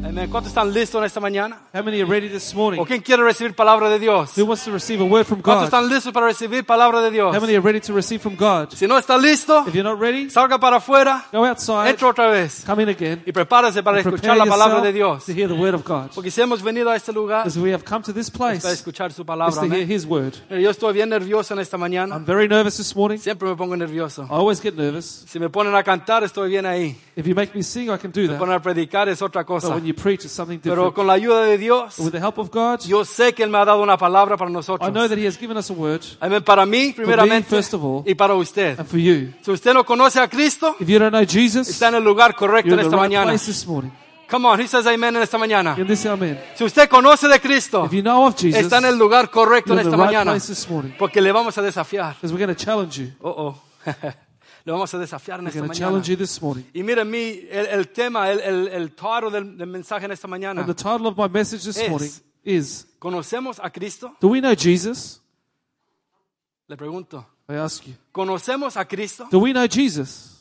Amén. ¿Cuántos están listos en esta mañana? How many are ready this ¿O morning? quién quiere recibir palabra de Dios? Who wants to receive a word from ¿Cuántos God? están listos para recibir palabra de Dios? How many are ready to receive from God? Si no está listo, If you're not ready, salga para afuera, go outside, entra otra vez come in again, y prepárese para prepare escuchar la palabra de Dios. yourself to hear the word of God. Porque si hemos venido a este lugar As es we have come to this place, para is escuchar su palabra. to hear amén. His word. Mira, Yo estoy bien nervioso en esta mañana. I'm very nervous this morning. Siempre me pongo nervioso. I always get nervous. Si me ponen a cantar, estoy bien ahí. If you make me sing, I can do Me that. ponen a predicar, es otra But cosa. when you preach, it's something Pero different. con la ayuda de Dios, With the help of God, yo sé que Él me ha dado una palabra para I know nosotros. that He has given us a word, Amén. Para mí, primeramente, first of all, y para usted. and for you. Si usted no conoce a Cristo, If you don't know Jesus, está en el lugar correcto you're en in the esta right mañana. place this morning. Come on, he says amen en esta mañana. In this amen. Si usted conoce de Cristo, If you know of Jesus, está en el lugar correcto en you're in esta the right mañana. place this morning. Porque le vamos a desafiar. Because we're going to challenge you. Oh, oh. le vamos a desafiar en We're esta going to mañana. challenge you this morning. Y mire mi, el, el tema, el, el, el toro del, del mensaje en esta mañana. And the title of my message this Is- morning is ¿Conocemos a Cristo? Do we know Jesus? Le pregunto. I ask you. ¿Conocemos a Cristo? Do we know Jesus?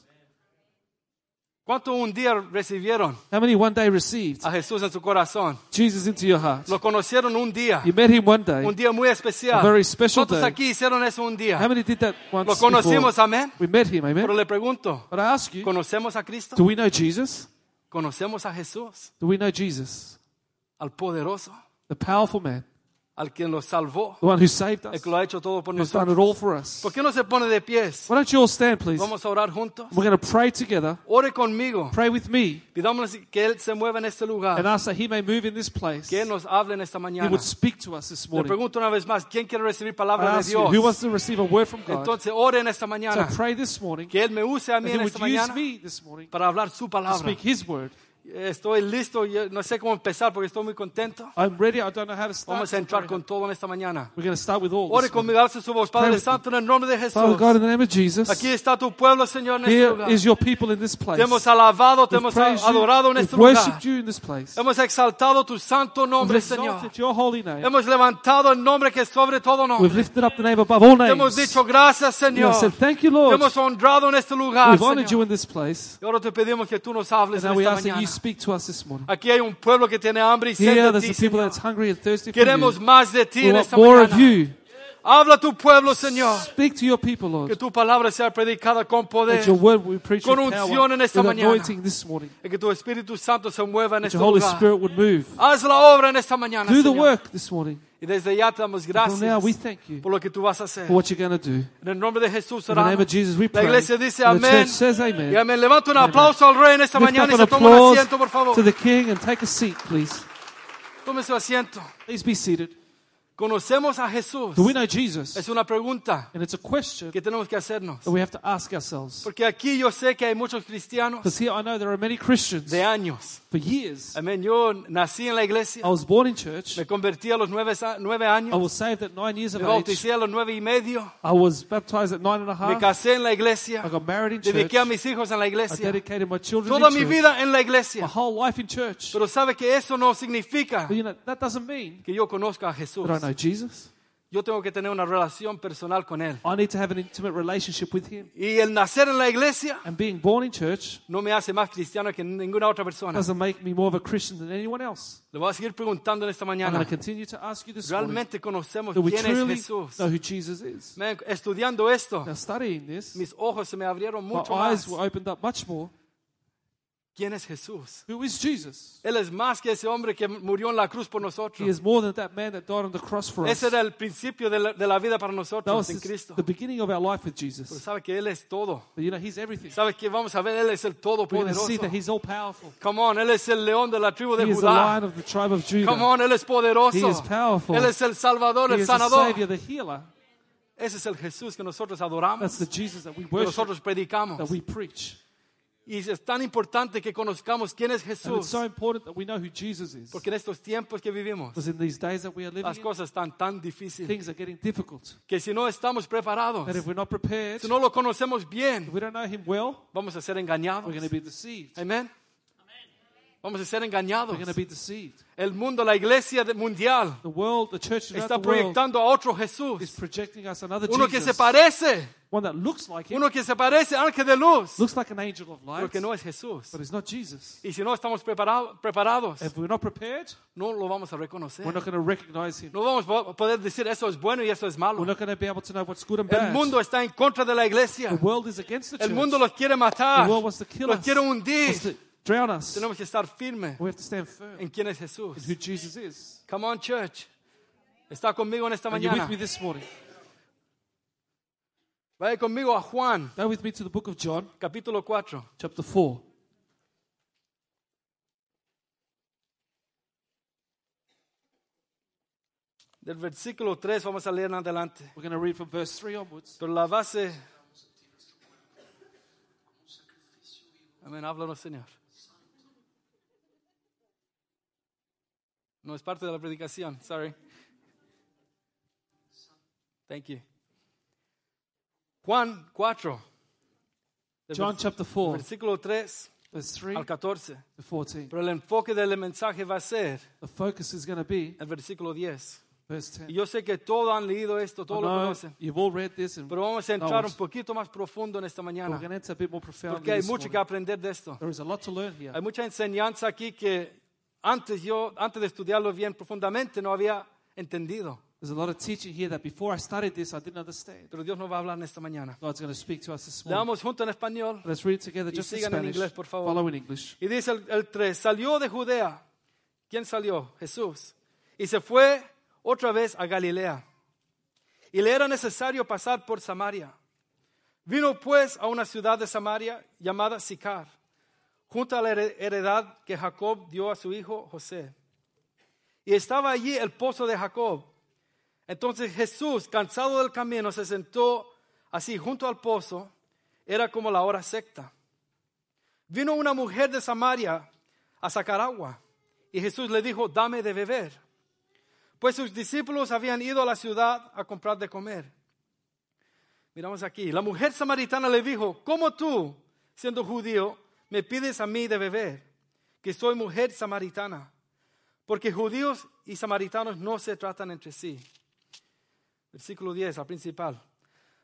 ¿Cuánto un día recibieron How many one day received a Jesús en su corazón? Jesus into your heart? Lo conocieron un día. You met him one day. Un día muy especial. A very special ¿Cuántos day. aquí hicieron eso un día? How many did that once? Lo conocimos, before? amén. We met him, Pero amen. le pregunto, But I ask you, ¿conocemos a Cristo? do we know Jesus? ¿Conocemos a Jesús? Do we know Jesus? Al poderoso, The powerful man, al quien lo salvó, the one who saved el us, que lo ha hecho todo por who's done it nosotros. all for us. ¿Por qué no se pone de pies? Why don't you all stand, please? Vamos a orar juntos. We're going to pray together. Ore conmigo. Pray with me Pidámosle que Él se mueva en este and lugar. ask that he may move in this place. Ah. Que Él He nos hable en esta mañana. would speak to us this Le morning. pregunto una vez más, ¿quién quiere recibir I palabra de ask you, who Dios? wants to receive a word from God? Entonces, ore en esta So mañana. pray this morning Que Él me use a mí that He en would esta use mañana me this morning para hablar su to palabra. speak His word. Estoy listo, yo no sé cómo empezar porque estoy muy contento. I'm ready. I don't know how to start. Vamos a entrar con todo en esta mañana. We're going to start with all. Ore this morning. conmigo, alce su voz, Padre with Santo, en el nombre de Father Jesús. God, in the name of Jesus, Aquí está tu pueblo, Señor, en este here lugar. is your people in this place. Te hemos alabado, te We've hemos praised you, adorado en we've este lugar. worshipped you in this place. Hemos exaltado tu santo We've nombre, Señor. exalted your holy name. Hemos levantado el nombre que es sobre todo We've nombre. lifted up the name above Te all names. hemos dicho gracias, We have Señor. said, thank you, Te Lord. hemos honrado en este lugar, We've honored you Señor. in this place. Y ahora te pedimos que tú nos hables en Now we esta ask that you mañana. speak to us this morning. Aquí hay un pueblo que tiene hambre y Here, sed de there's ti, a people Señor. that's hungry and thirsty for Queremos you. más de ti We en want esta more of mañana. you. Habla a tu pueblo, Señor. Speak to your people, Lord. Que tu palabra sea predicada con poder. That your word we preach Con with power, unción en esta with mañana. anointing this morning. Y que tu Espíritu Santo se mueva en That este your Holy lugar. Spirit would move. Haz la obra en esta mañana, Do the Señor. work this morning. Y desde ya te damos From now, gracias we thank you por lo que tú vas a hacer. for what you're going to do. En el nombre de Jesús In the oramos. name of Jesus, we La pray. iglesia dice And the amén. church says amen. Y amén. Levanta un Amen. aplauso al Rey en esta Lift up mañana y se an toma un applause asiento, por favor. to the King and take a seat, please. Tome su asiento. Please be seated. ¿Conocemos a Jesús? Do we know Jesus? Es una pregunta And it's a question que tenemos que hacernos. that we have to ask ourselves. Porque aquí yo sé que hay muchos cristianos Because here I know there are many Christians de años. for years. Amén. Yo nací en la iglesia. I was born in church. Me convertí a los nueve, a- nueve I años. was saved at nine years of Me age. bauticé a los nueve y medio. I was baptized at nine and a Me half. casé en la iglesia. I got married in church. Dediqué a mis hijos en la I iglesia. dedicated my children Toda in mi church. vida en la my iglesia. whole life in church. Pero sabe que eso no significa But you know, that doesn't mean que yo conozca a Jesús. that I know Jesus. Yo tengo que tener una relación personal con Él. I need to have an intimate relationship with Him. Y el nacer en la iglesia And being born in church no me hace más cristiano que ninguna otra persona. doesn't make me more of a Christian than anyone else. Le voy a seguir preguntando en esta I'm going mañana. to continue to ask you this morning ¿Realmente conocemos that we quién es truly Jesús? know who Jesus is. Man, estudiando esto, Now, studying this, mis ojos se me abrieron my mucho eyes más. were opened up much more ¿Quién es Jesús? Who is Jesus? Él es más que ese hombre que murió en la cruz por He nosotros. is more than that man that died on the cross for us. Ese era el principio de la, de la vida para That nosotros was en his- Cristo. the beginning of our life with Pero Jesus. sabe que Él es todo. But you know, he's everything. Sabe que vamos a ver, Él es el We're going to see todopoderoso. that he's all powerful. Come on, Él es el león de la tribu de He is the lion Judá. of the tribe of Come Judah. on, Él es He is poderoso. powerful. Él es el salvador, He el is the sanador. savior, the healer. Ese es el Jesús que nosotros That's adoramos, the Jesus that we que worship, nosotros predicamos. that we preach. Y es tan importante que conozcamos quién es And it's Jesús. so important that we know who Jesus is. Porque en estos tiempos que vivimos, Because in these days that we are living las in, cosas están tan difíciles things are getting difficult. que si no estamos preparados, That if we're not prepared, si no lo conocemos if bien, we don't know him well, vamos a ser we're engañados. going to be deceived. Amén. Vamos a ser We're engañados. going to be deceived. El mundo, la iglesia de- mundial, The world, the church throughout está the world proyectando a otro is Jesús. projecting us another Uno que se Jesus. parece, One that looks like him, uno que se parece, ángel de luz, looks like an angel of light, pero que but no es Jesús. it's not Jesus. Y si no estamos preparado- preparados, If we're not prepared, no lo vamos a we're reconocer. not going to recognize him. No vamos a po- poder decir eso es bueno y eso es We're malo. not going to be able to know what's good and El bad. mundo está en contra de la iglesia. the world is against the church. El mundo los quiere the matar. world wants to kill Los us. quiere hundir. wants to drown us. Tenemos que estar firmes we have to stand firm en quién es Jesús. in who Jesus is. Come on, church. Está conmigo en esta Are you with mañana. me this morning? Vaya conmigo a Juan, Go with me to the book of John, capítulo 4. chapter 4. Del versículo 3 vamos a leer en adelante. We're going to read from verse 3 onwards. Pero la base... Amén, háblanos, Señor. No es parte de la predicación, sorry. Thank you. Juan 4. del John vers- chapter 4, Versículo 3 verse 3 al to 14. 14. Pero el enfoque del mensaje va a ser The focus is going to be el versículo 10. verse Y 10. yo sé que todos han leído esto, I todos lo know conocen. you've all read this, and Pero vamos a No entrar un one's- poquito más profundo en esta we're mañana. going to enter a bit more profoundly. Porque hay this mucho que morning. aprender de esto. There is a lot to learn here. Hay mucha enseñanza aquí que antes yo, antes de estudiarlo bien profundamente, no había entendido. There's a lot of teaching here that before I started this, I didn't understand. Pero Dios nos va a hablar en esta mañana. God's going to speak to us this morning. Leamos juntos en español. Let's read it together just in sigan en Spanish. inglés, por favor. Follow in English. Y dice el, 3, salió de Judea. ¿Quién salió? Jesús. Y se fue otra vez a Galilea. Y le era necesario pasar por Samaria. Vino pues a una ciudad de Samaria llamada Sicar, junto a la hered- heredad que Jacob dio a su hijo José. Y estaba allí el pozo de Jacob. Entonces Jesús, cansado del camino, se sentó así junto al pozo. Era como la hora secta vino una mujer de Samaria a sacar agua. Y Jesús le dijo, dame de beber. Pues sus discípulos habían ido a la ciudad a comprar de comer. Miramos aquí, la mujer samaritana le dijo, ¿cómo tú, siendo judío, me pides a mí de beber, que soy mujer samaritana? Porque judíos y samaritanos no se tratan entre sí. Versículo 10, la principal.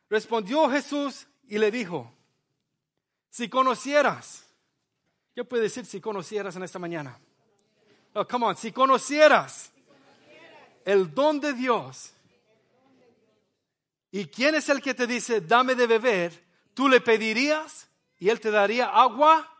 Respondió Jesús y le dijo, si conocieras, yo puedo decir si conocieras en esta mañana. No, come on, si conocieras el don de Dios. ¿Y quién es el que te dice, dame de beber? Tú le pedirías y él te daría agua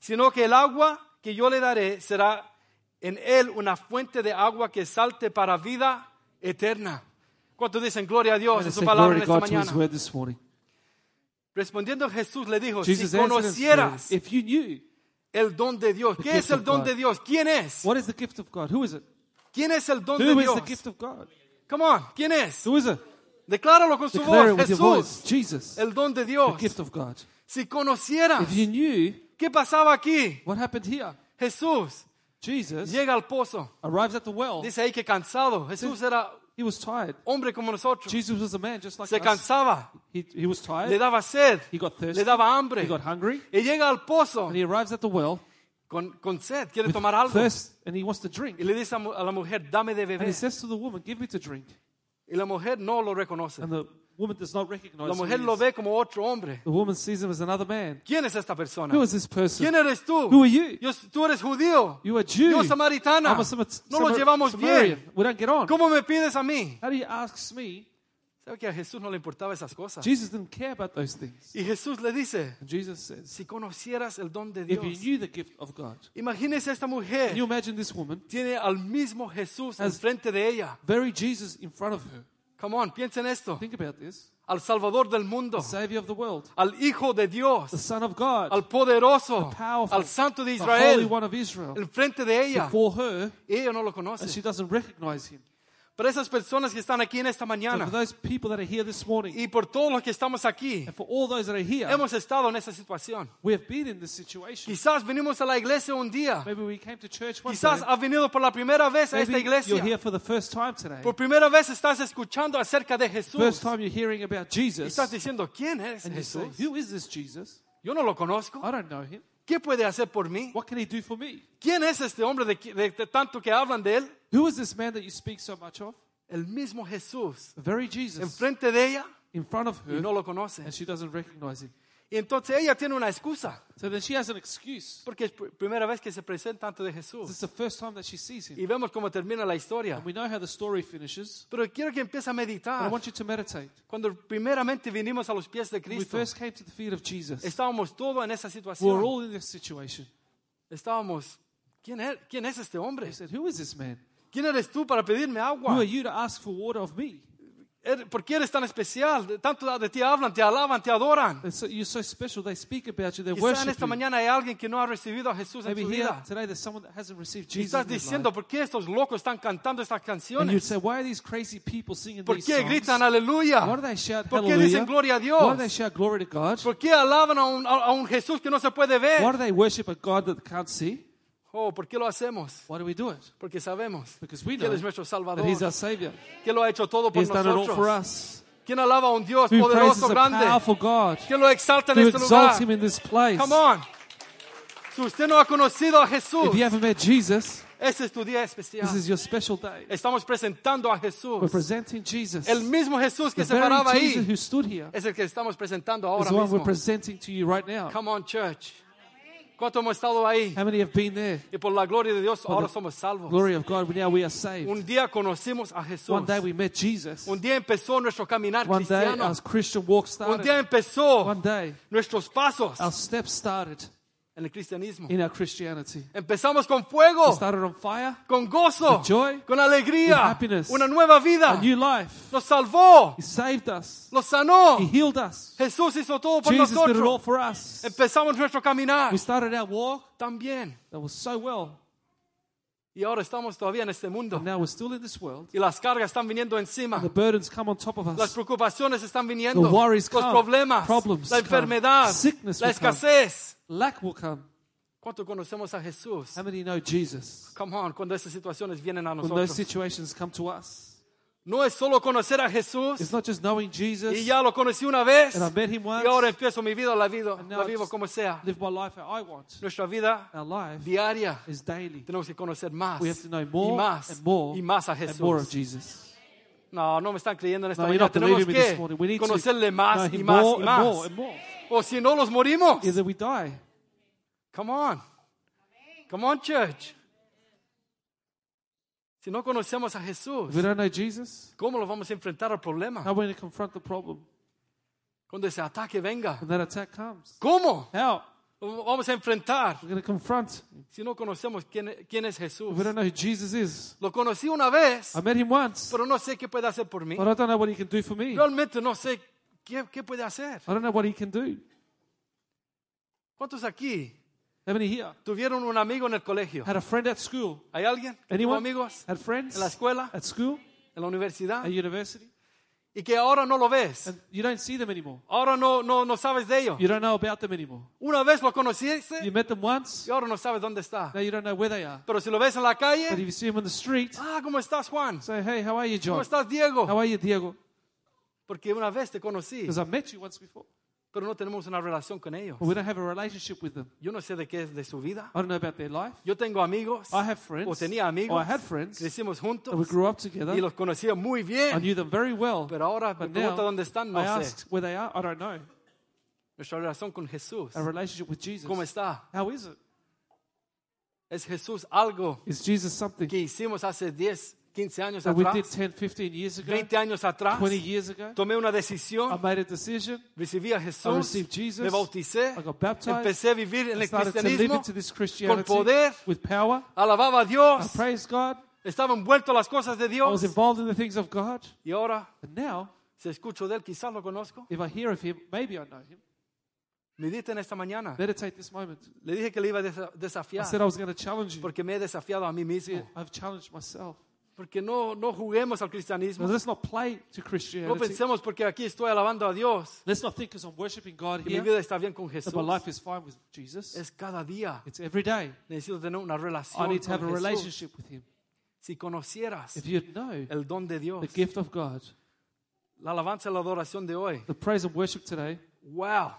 sino que el agua que yo le daré será en él una fuente de agua que salte para vida eterna. ¿Cuántos dicen gloria a Dios Let en us su say palabra glory en to esta God to his mañana? word this morning. Respondiendo Jesús le dijo, Jesus si answered and said, conocieras If you knew, el don de Dios, The ¿qué gift es el of don God. de Dios? ¿Quién es? what is the gift of God? Who is it? ¿Quién es el don de Who is the Dios? gift of God? Come on, ¿quién es? Who is it? Decláralo con su Declare it voz, with your voice. Jesús, Jesus, el don de the Dios. gift of God. Si conocieras, If you knew ¿qué pasaba aquí? what happened here, Jesús Jesus llega al pozo. arrives at the well. Dice ahí que cansado. Jesús era He was tired. hombre como nosotros. Jesus was a man just like Se us. cansaba. He, he was le tired. daba sed, He got thirsty. le daba hambre. He got hungry. Y llega al pozo And he arrives at the well con, con sed, quiere with tomar algo. thirst and he wants to drink. Y le dice a, mu- a la mujer, dame de And he beber. says to the woman, Give me to drink. Y la mujer no lo reconoce. And the woman does not recognize La who mujer he lo is. ve como otro hombre. The woman sees him as another man. ¿Quién es esta persona? Who is this person? ¿Quién eres tú? Who are you? Yo- tú eres judío. You are Jew. Yo samaritana. I'm a Samar- no lo Samar- llevamos Samarian. bien. We don't get on. ¿Cómo me pides a mí? How do you ask me? ¿Sabe que a Jesús no le importaba esas cosas? Jesus didn't care about those things. Y Jesús le dice, And Jesus says, si conocieras el don de If you Dios. knew the gift of God, Imagínese esta can you mujer imagine this woman, tiene al mismo Jesús As- enfrente de ella. very Jesus in front of her? Come on, piensa en esto. Think about this. Al Salvador del mundo, Savior of the world, al Hijo de the Dios, Son of God, al poderoso, the powerful, al Santo de the Holy Israel, One of Israel, enfrente de ella. before her, Y ella no lo and she conoce. doesn't recognize him. Para esas personas que están aquí en esta So for mañana those people that are here this morning, y por todos los que estamos aquí, and for all those that are here, hemos estado en esa situación. we have been in this situation. Quizás venimos a la iglesia un día. Maybe we came to church one Quizás day. has venido por la primera vez a esta Maybe you're here iglesia. for the first time today. Por primera vez estás escuchando acerca de Jesús. First time you're hearing about Y Jesus. estás diciendo, ¿quién es And you say, Jesús? Who is this Jesus? Yo no lo conozco. I don't know him. ¿Qué puede hacer por mí? Ah. What can he do for me? ¿Quién es este hombre de, qui- de- de tanto que hablan de él? Who is this man that you speak so much of? El mismo Jesús, The very Jesus enfrente de ella, in front of y her, no lo conoce. and she doesn't recognize him. Y entonces ella tiene una excusa, So then she has an excuse. porque es pr- primera vez que se presenta ante de This Jesús. is the first time that she sees him. Y vemos cómo termina la historia. And we know how the story finishes. Pero quiero que empiece a But I meditar. want you to meditate. Cuando primeramente vinimos a los pies de When we Cristo, first came to the feet of Jesus, estábamos todos en esa we were situación. all in this situation. Estábamos, ¿quién es, quién es este hombre? They said, Who is this man? ¿Quién eres tú para pedirme Who agua? are you to ask for water of me? Er- ¿Por qué eres tan especial? De- Tanto de ti hablan, te alaban, te adoran. And so you're so special. They speak about you. They Quizá en worship esta you. mañana hay alguien que no ha recibido a Jesús en Maybe su here vida. today there's someone that hasn't received Y Jesus. estás in their diciendo, life. ¿por qué estos locos están cantando estas and you'd canciones? say, Why are these crazy people singing ¿Por these qué songs? gritan aleluya? Why do they shout ¿Por qué hallelujah? dicen gloria a Why do they Dios? shout glory to God? ¿Por qué alaban a un, a- a un Jesús que no se puede Why ver? do they worship a God that they can't see? Oh, ¿por qué lo hacemos? Why do we do it? Porque sabemos Because we que Él know es nuestro that Salvador, He's our Savior. que lo ha hecho todo por He's done it all for nosotros. us. ¿Quién alaba a un Dios Who praises poderoso, a grande? powerful God? ¿Quién lo exalta en Who este lugar? exalts Him in this place? Come on. Si usted no ha conocido a Jesús, If you haven't met Jesus, ese es tu día especial. this is your special day. Estamos presentando a We're Jesús. presenting Jesus. El mismo Jesús que the se very paraba Jesus ahí who stood here es el que estamos presentando is ahora the one we're mismo. presenting to you right now. Come on, church. ¿Cuánto hemos estado ahí? How many have been there? Y por la gloria de Dios, ahora the somos salvos. Glory of God, now we are saved. Un día conocimos a Jesús. One day we met Jesus. Un día empezó nuestro caminar One day cristiano. our Christian walk Un día started. empezó One day nuestros pasos our steps started en el cristianismo. in our Christianity. Empezamos con We fuego, started on fire, con gozo, with joy, con alegría, with happiness, una nueva a vida. new life. Nos salvó, He saved us. nos sanó. He healed us. Jesús hizo todo por Jesus did it all nosotros. for us. Empezamos nuestro caminar We started our walk también. that was so well. Y ahora estamos todavía en este mundo. And now we're still in this world. Y las cargas están viniendo encima. The burdens come on top of Las us. preocupaciones están viniendo. The worries Los come. problemas, Problems la come. enfermedad, Sickness la will come. escasez. Lack will come. ¿Cuánto conocemos a Jesús? How many know Jesus? Come on, cuando esas situaciones vienen a When those nosotros. situations come to us, No es solo conocer a it's Jesús not just knowing y Jesus ya lo conocí una vez and I met him y ahora once, empiezo mi vida, la, vivo, And now la vivo it's- como sea. live my life how I want. Nuestra vida Our life diaria is daily. tenemos que conocer más We have to know y more más and more y más a and more of Jesús. Jesus. No, no me están creyendo en esta No, you're mañana. not Tenemos believing me this morning. We que need to conocerle know más y him más more y and más. more and more. O si no, los morimos. Either we die. Come on. Come on, church. Si no conocemos a Jesús, If we don't know Jesus, ¿cómo lo vamos a enfrentar al problema? how are we going to confront the problem Cuando ese ataque venga, when that attack comes? ¿cómo How? lo vamos a enfrentar We're going to confront. si no conocemos quién, quién es Jesús? If we don't know who Jesus is, Lo conocí una vez, I met him once, pero no sé qué puede hacer por mí. but I don't know what he can do for me. I Realmente no sé qué, qué puede hacer. don't know what he can do. ¿Cuántos aquí How many here tuvieron un amigo en el colegio? had a friend at school? ¿Hay alguien? que tuvo Anyone? amigos Had friends? En la escuela? At school? en la universidad At university? y que ahora no lo ves. And you don't see them anymore. Ahora no, no, no sabes de ellos. You don't know about them anymore. Una vez lo You conociste met them once, y ahora no sabes dónde está. now you don't know where they are. Pero si lo ves en la But calle, if you see them on the street, ah, ¿cómo estás, Juan? say, hey, how are you, ¿Cómo John? estás, Diego? How are you, Diego? Porque una vez te conocí, Because I've met you once before, pero no tenemos una relación con ellos. but we don't have a relationship with them. Yo no sé de qué es de su vida. I don't know about their life. Yo tengo amigos, I have friends, o tenía amigos, or I had friends, crecimos And we juntos grew up together. y los conocía muy I bien, knew them very well. pero ahora me ¿Ah? But pregunto now, dónde están, I no sé. asked where they are. I don't know. Nuestra relación con Jesús, Our relationship with Jesus. ¿cómo está? How is it? ¿Es Jesús algo Is Jesus something que hicimos hace 10, 15 años that we did atrás, 10, 15 years ago, 20 años atrás? 20 years ago? Tomé una I decisión, made a decision. recibí a Jesús, received Jesus. me bauticé, I got baptized. empecé a vivir en I el started to live cristianismo into this con Christianity poder, with power. alababa a I Dios, praised God. estaba envuelto en las cosas de I was Dios involved in the things of God. y ahora And now, se escucho de él, quizás lo conozco. if I hear of him, maybe I know him. Medita en esta mañana. Meditate this moment. Le dije que le iba a desa- I desafiar said "Oh, I was going to challenge you. porque me he desafiado a mí mismo. I've challenged myself. Porque no, no juguemos al Now, cristianismo. let's not play to No Christianity. pensemos porque aquí estoy alabando a Dios Let's not think because I'm worshiping God y mi here vida está bien con Jesús. that my life is fine with Jesus. Es cada día. It's every day. Necesito tener una I relación need to have a con Jesús. relationship with Him. Si conocieras If you'd know el don de Dios, the gift of God, la alabanza y la adoración de hoy, the praise and worship today, wow.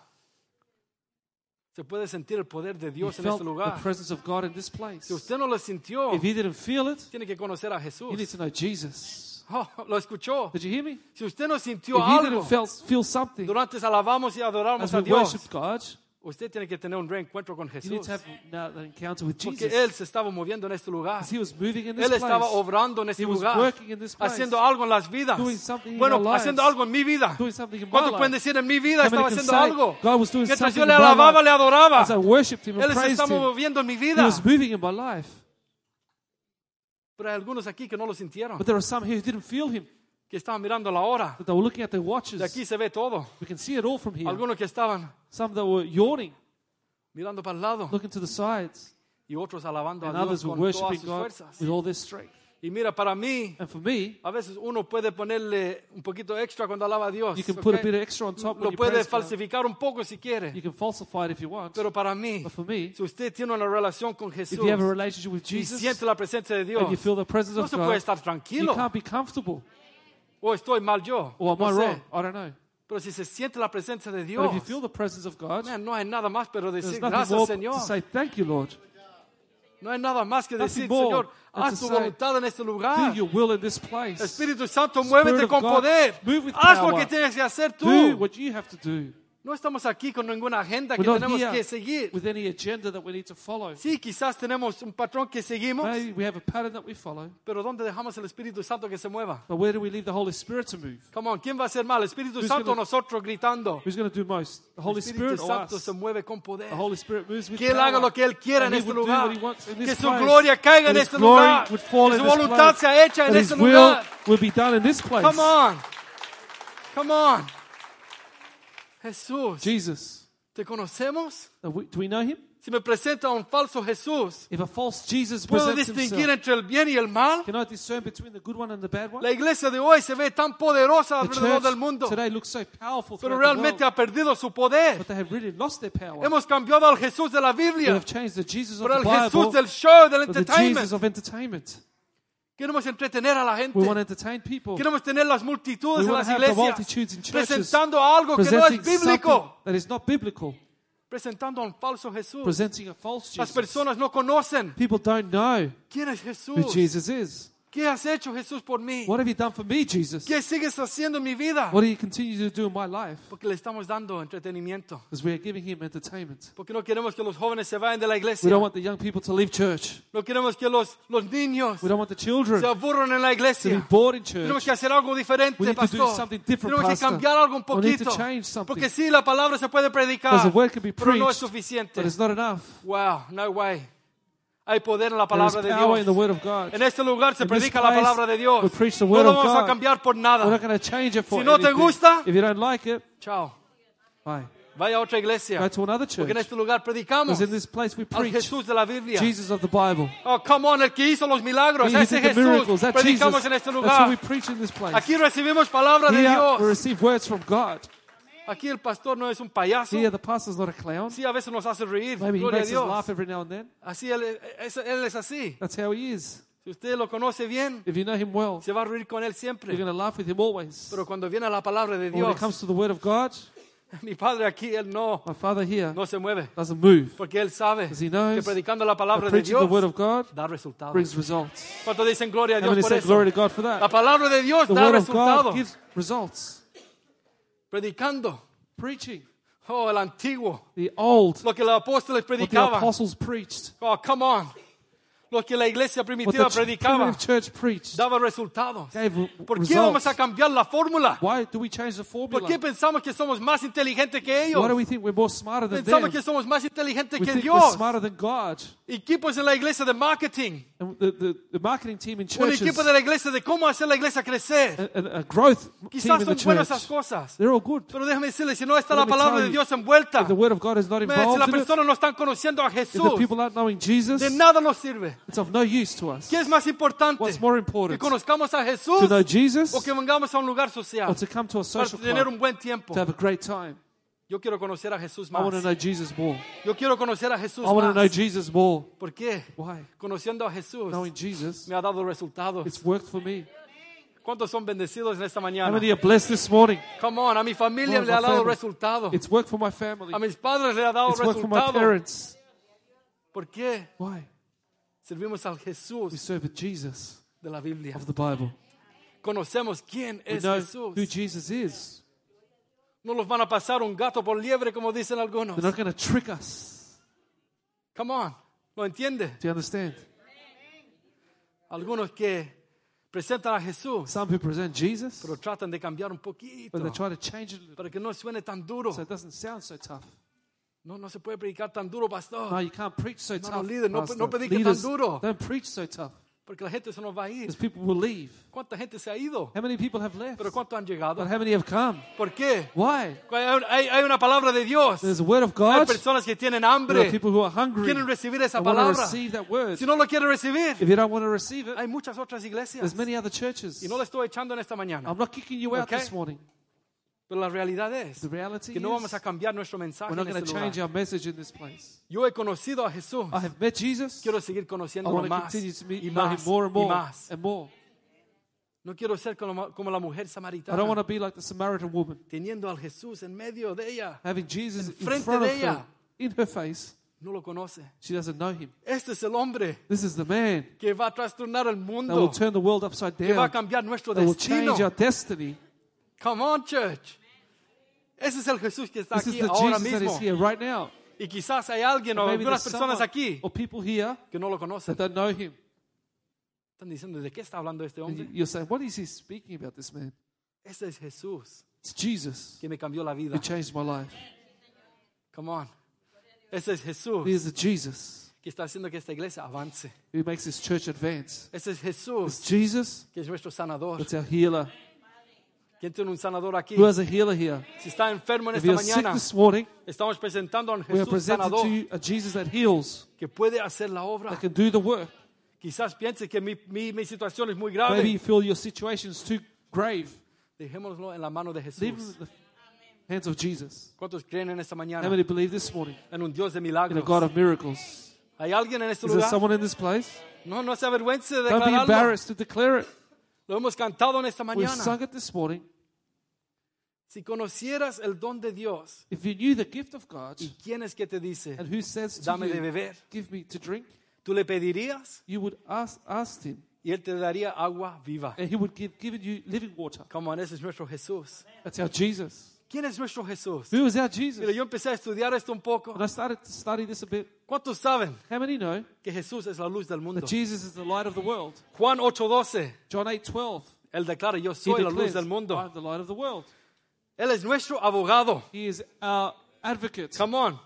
Se puede sentir el poder de you Dios en felt este the lugar. presence of God in this place. Si usted no lo sintió, If you didn't feel it, tiene que conocer a you need Jesús. to know Jesus. Oh, lo escuchó. Did you hear me? Si usted no sintió If you algo didn't feel, feel something durante alabamos y adoramos as a we Dios, worshiped God, Usted tiene que tener un reencuentro con you need Jesús. to have now an encounter with Porque Jesus. Él se estaba moviendo en este lugar. 'Cause He was moving in this Él estaba place, obrando en este He was lugar. working in this place. Haciendo algo en las vidas. Doing something in Bueno, our lives. haciendo algo en mi vida. doing something in my ¿Cuántos pueden life. decir en mi vida How many estaba can haciendo say, algo? God was doing Mientras something yo le in my alababa, life? le adoraba. As I worshipped Him and Él se praised está Him, moviendo en mi He vida. was moving in my life. Pero hay algunos aquí que no lo sintieron. But there are some here who didn't feel Him, Que estaban mirando la hora. that they were looking at their watches. De aquí se ve todo. We can see it all from here. Algunos que estaban Some that were yawning, mirando para el lado. looking to the sides, Y otros alabando and a Dios others were con todas worshiping sus God fuerzas. with all their strength. Y mira, para mí, And for me, A veces uno puede ponerle un poquito extra cuando alaba a Dios. you can put a ¿ok? bit of extra on top Lo when you praise puede God. falsificar un poco si You quiere. can falsify it if you want. Pero para mí, But for me, si usted tiene una relación con Jesús if you have a relationship with y Jesus siente la presencia de Dios, and you feel the presence no of se puede God, estar you tranquilo. can't be comfortable. O estoy mal yo. Or am no I sé. wrong? I don't know. Pero si se siente la presencia de But Dios, if you feel the presence of God, man, no hay nada más pero there's decir nothing more gracias, but Señor. to say thank you, Lord. No hay nada más que nothing decir, more Señor, than haz to tu say, voluntad en este Do lugar. your will in this place. Ah. Espíritu Santo, Spirit muévete of con God, poder. move with Haz lo power. que tienes que hacer tú. Do what you have to do. No estamos aquí con ninguna agenda que We're tenemos not que here seguir. with any agenda that we need to follow. Sí, quizás tenemos un patrón que seguimos, Maybe we have a pattern that we follow, pero ¿dónde dejamos el Espíritu Santo que se mueva? but where do we leave the Holy Spirit to move? Come on, ¿quién va a ser mal? Espíritu Who's Santo o gonna- nosotros gritando. Who's going to do most? The Holy Espíritu Spirit or Santo us? se mueve con poder. The Holy Spirit moves with Que Él haga power. lo que Él quiera en And he este would do lugar. what he wants in Que this su place. gloria caiga en That his este glory lugar. would fall Que in su this voluntad place. sea hecha en That este his will lugar. will be done in this place. Come on. Come on. Jesús, Jesus. ¿te conocemos? Now, we- Do we know him? Si me presenta un falso Jesús, If a false Jesus ¿puedo presents distinguir himself, entre el bien y el mal? can I discern between the good one and the bad one? La iglesia de hoy se ve tan poderosa The alrededor del mundo, church today looks so pero powerful throughout the world, realmente ha perdido su poder. but they have really lost their power. Hemos cambiado al Jesús de la We Biblia have changed the Jesus of por the el Jesús Bible del show, del with the Jesus entertainment. of entertainment. Queremos entretener a la gente. We want to entertain people. Queremos tener las multitudes We en want las to have the multitudes in iglesias churches presentando algo que no Presenting es something bíblico, that is not biblical. presentando a un falso Jesús. Presenting a false Las Jesus. personas no conocen People don't know quién es who Jesús. Jesus is. ¿Qué has hecho Jesús por mí? What have you done for me, Jesus? ¿Qué sigues haciendo en mi vida? What do you continue to do in my life? Porque le estamos dando entretenimiento. Because we are giving him entertainment. Porque no queremos que los jóvenes se vayan de la We iglesia. don't want the young people to leave church. No queremos que los, los niños We don't want the se children aburran en la to be iglesia. bored in Tenemos church. que hacer algo We diferente, need to do pastor. something different, Tenemos que pastor. cambiar algo un We need to poquito. change something. Porque sí, la palabra se puede Because the predicar, word can be pero no es preached, suficiente. but it's not enough. Wow, no way. Hay poder en la There is palabra de power in the Dios. word of God. En este lugar se In this predica la place, palabra de we Dios. preach the No word lo of vamos a God. cambiar por We're not nada. going to change it for Si no te anything. gusta- if you don't like it, Chao. bye. Vaya a otra Go iglesia. to another Porque en church. este lugar predicamos Because in this place we al preach Jesús de la Biblia. Jesus of the Bible. Oh, come on, el que hizo los milagros. We Ese did the miracles. Jesús. That Predicamos Jesus. en That's este what we lugar. preach in this place. Aquí recibimos palabra de Here we Dios. receive words from God. Aquí el pastor no es un payaso. Here the pastor's not a clown. Sí, a veces nos hace reír. Maybe he Gloria a makes us Dios. laugh every now and then. Así él es, es- él es así. That's how he is. Si usted lo conoce bien, If you know him well, se va a reír con él you're siempre. going to laugh with him always. Pero cuando viene la palabra de But when it comes Dios, to the word of God, mi padre aquí, él no, my father here no se mueve. doesn't move. Porque él sabe Because he knows que predicando la But palabra de preaching the Dios word of God da resultados. brings results. ¿Cuántos dicen gloria a How Dios many por say eso? glory to God for La that? palabra de Dios The da word of God resultados. gives results. Predicando. Preaching Oh, el antiguo. the old, Lo que los apóstoles what the predicaban. apostles preached, Oh, come on. Lo que la iglesia what the primitiva ch- predicaba primitive church preached, daba resultados. gave r- ¿Por qué vamos results. a cambiar la fórmula? Why do we change the ¿Por formula? qué pensamos que somos más inteligentes que ellos? Why do we think we're more smarter than Pensamos them? que somos más inteligentes We que think we're Dios. smarter than God. Equipos en la iglesia de marketing. And the, the, the marketing team in Un churches, equipo de la iglesia de cómo hacer la iglesia crecer. and, and a growth team Quizás in the son buenas esas church, cosas. they're all good. Pero déjame decirle, si no está la Let me palabra de tell you, Dios envuelta, If the word of God is not man, si involved las in it, personas no están conociendo a Jesús, if the people aren't knowing Jesus, de nada nos sirve. it's of no use to us. ¿Qué es más importante? What's more Que important, to conozcamos a Jesús know Jesus o que vengamos a un lugar social or to come to a para social tener un club buen tiempo. to have a great time? Yo quiero conocer a Jesús I más. want to know Jesus more. Yo quiero conocer a Jesús I want to know más. Jesus more. ¿Por qué? Why? Conociendo a Jesús Knowing Jesus, me ha dado resultados. it's worked for me. ¿Cuántos son bendecidos en esta How mañana? many are blessed this morning? Come on, a mi familia Lord, le ha my dado family. resultados. It's worked for my family. A mis padres le ha dado It's worked for my resultados. parents. ¿Por qué? Why? Servimos al We Jesús serve a Jesus de la Biblia. of the Bible. Conocemos quién We es know Jesús. who Jesus is. No los van a pasar un gato por liebre como dicen algunos. They're not going to trick us. Come on, ¿lo entiende? Do you understand? Algunos que presentan a Jesús, Some who present Jesus, pero tratan de cambiar un but poquito they try to change it a little para que no suene tan duro. so it doesn't sound so tough. No, no se puede predicar tan duro, No, pastor, you can't preach so No, no, tough. líder, no- pastor. no predique tan Leaders, duro. Don't preach so tough porque la gente se nos va a ir. because people will leave. ¿Cuánta gente se ha ido? How many people have left? Pero ¿cuántos han But llegado? how many have come? ¿Por qué? Why? Hay, hay- hay una palabra de Dios. There's a word of Hay God. personas que tienen There are hambre, people who are hungry quieren recibir esa and want to palabra. receive that word. Si no lo quieren recibir, If you don't want to receive it, hay muchas otras iglesias. there's many other churches. Y no lo estoy echando en esta mañana. I'm not kicking you out Okay. this morning. Pero la realidad es The reality que no is, vamos a cambiar nuestro mensaje we're not en going este to change lugar. our message in this place. Yo he conocido a Jesús. I have met Jesus. Quiero seguir I conociéndolo want to más continue to y meet, know him más more and y more más. and more. No quiero ser como, como la mujer I don't want samaritana, to be like the Samaritan woman, teniendo al Jesús en medio de ella. having Jesus in Enfrente front de of her, ella. in her face. No lo conoce. She doesn't know him. Este es el hombre This is the man que va a trastornar el that will mundo, turn the world upside que va down, a cambiar nuestro that will change destino. our destiny. Come on, church. Ese es el Jesús que está This is aquí the ahora Jesus that is mismo. here right now. Y quizás hay alguien o Maybe algunas there's personas someone aquí or people here que no lo conocen. that don't know him. Están diciendo, ¿de qué está hablando este And you- hombre? you're saying, what is he speaking about, this man? Ese es Jesús It's Jesus que me cambió la vida. who changed my life. Come on. Ese es Jesús He is the Jesus que está haciendo que esta iglesia avance. who makes this church advance. Ese es It's Jesús Jesus que es nuestro sanador. that's our healer. ¿Quién tiene un sanador aquí? Who has a healer here? Si está enfermo en If esta you're sick mañana, this morning, estamos presentando a un we are Jesús presented sanador to you a Jesus that heals, que puede hacer la obra. that can do the work. Quizás piense que mi, mi, mi situación es muy grave. Maybe you feel your situation is too grave. Dejémoslo en la mano de Leave it Jesús. in the hands of Jesus. ¿Cuántos creen en esta How mañana many believe this morning en un Dios de in a God milagros? of miracles? ¿Hay alguien en este Is there lugar? someone in this place? No, no se avergüence de Don't be declararlo. embarrassed to declare it. Lo hemos cantado en esta We've sung mañana. it this morning. Si conocieras el don de Dios, If you knew the gift of God ¿y quién es que te dice, and who says to dame de you, beber? give me to drink, Tú le pedirías you would ask, ask him y Él te daría agua viva. and he would give given you living water. Come on, ese es nuestro Jesús. That's our Jesus. ¿Quién es nuestro Jesús? Who is Mira, our Jesus? yo empecé a estudiar esto un poco. And I started to study this a bit. ¿Cuántos saben How many know que Jesús es la luz del mundo? that Jesus is the light of the world? Juan 8:12, John 8 12. Él declara, yo He soy la luz declares, del I mundo. am the light of the world. Él es nuestro abogado. He is our advocate. Come on.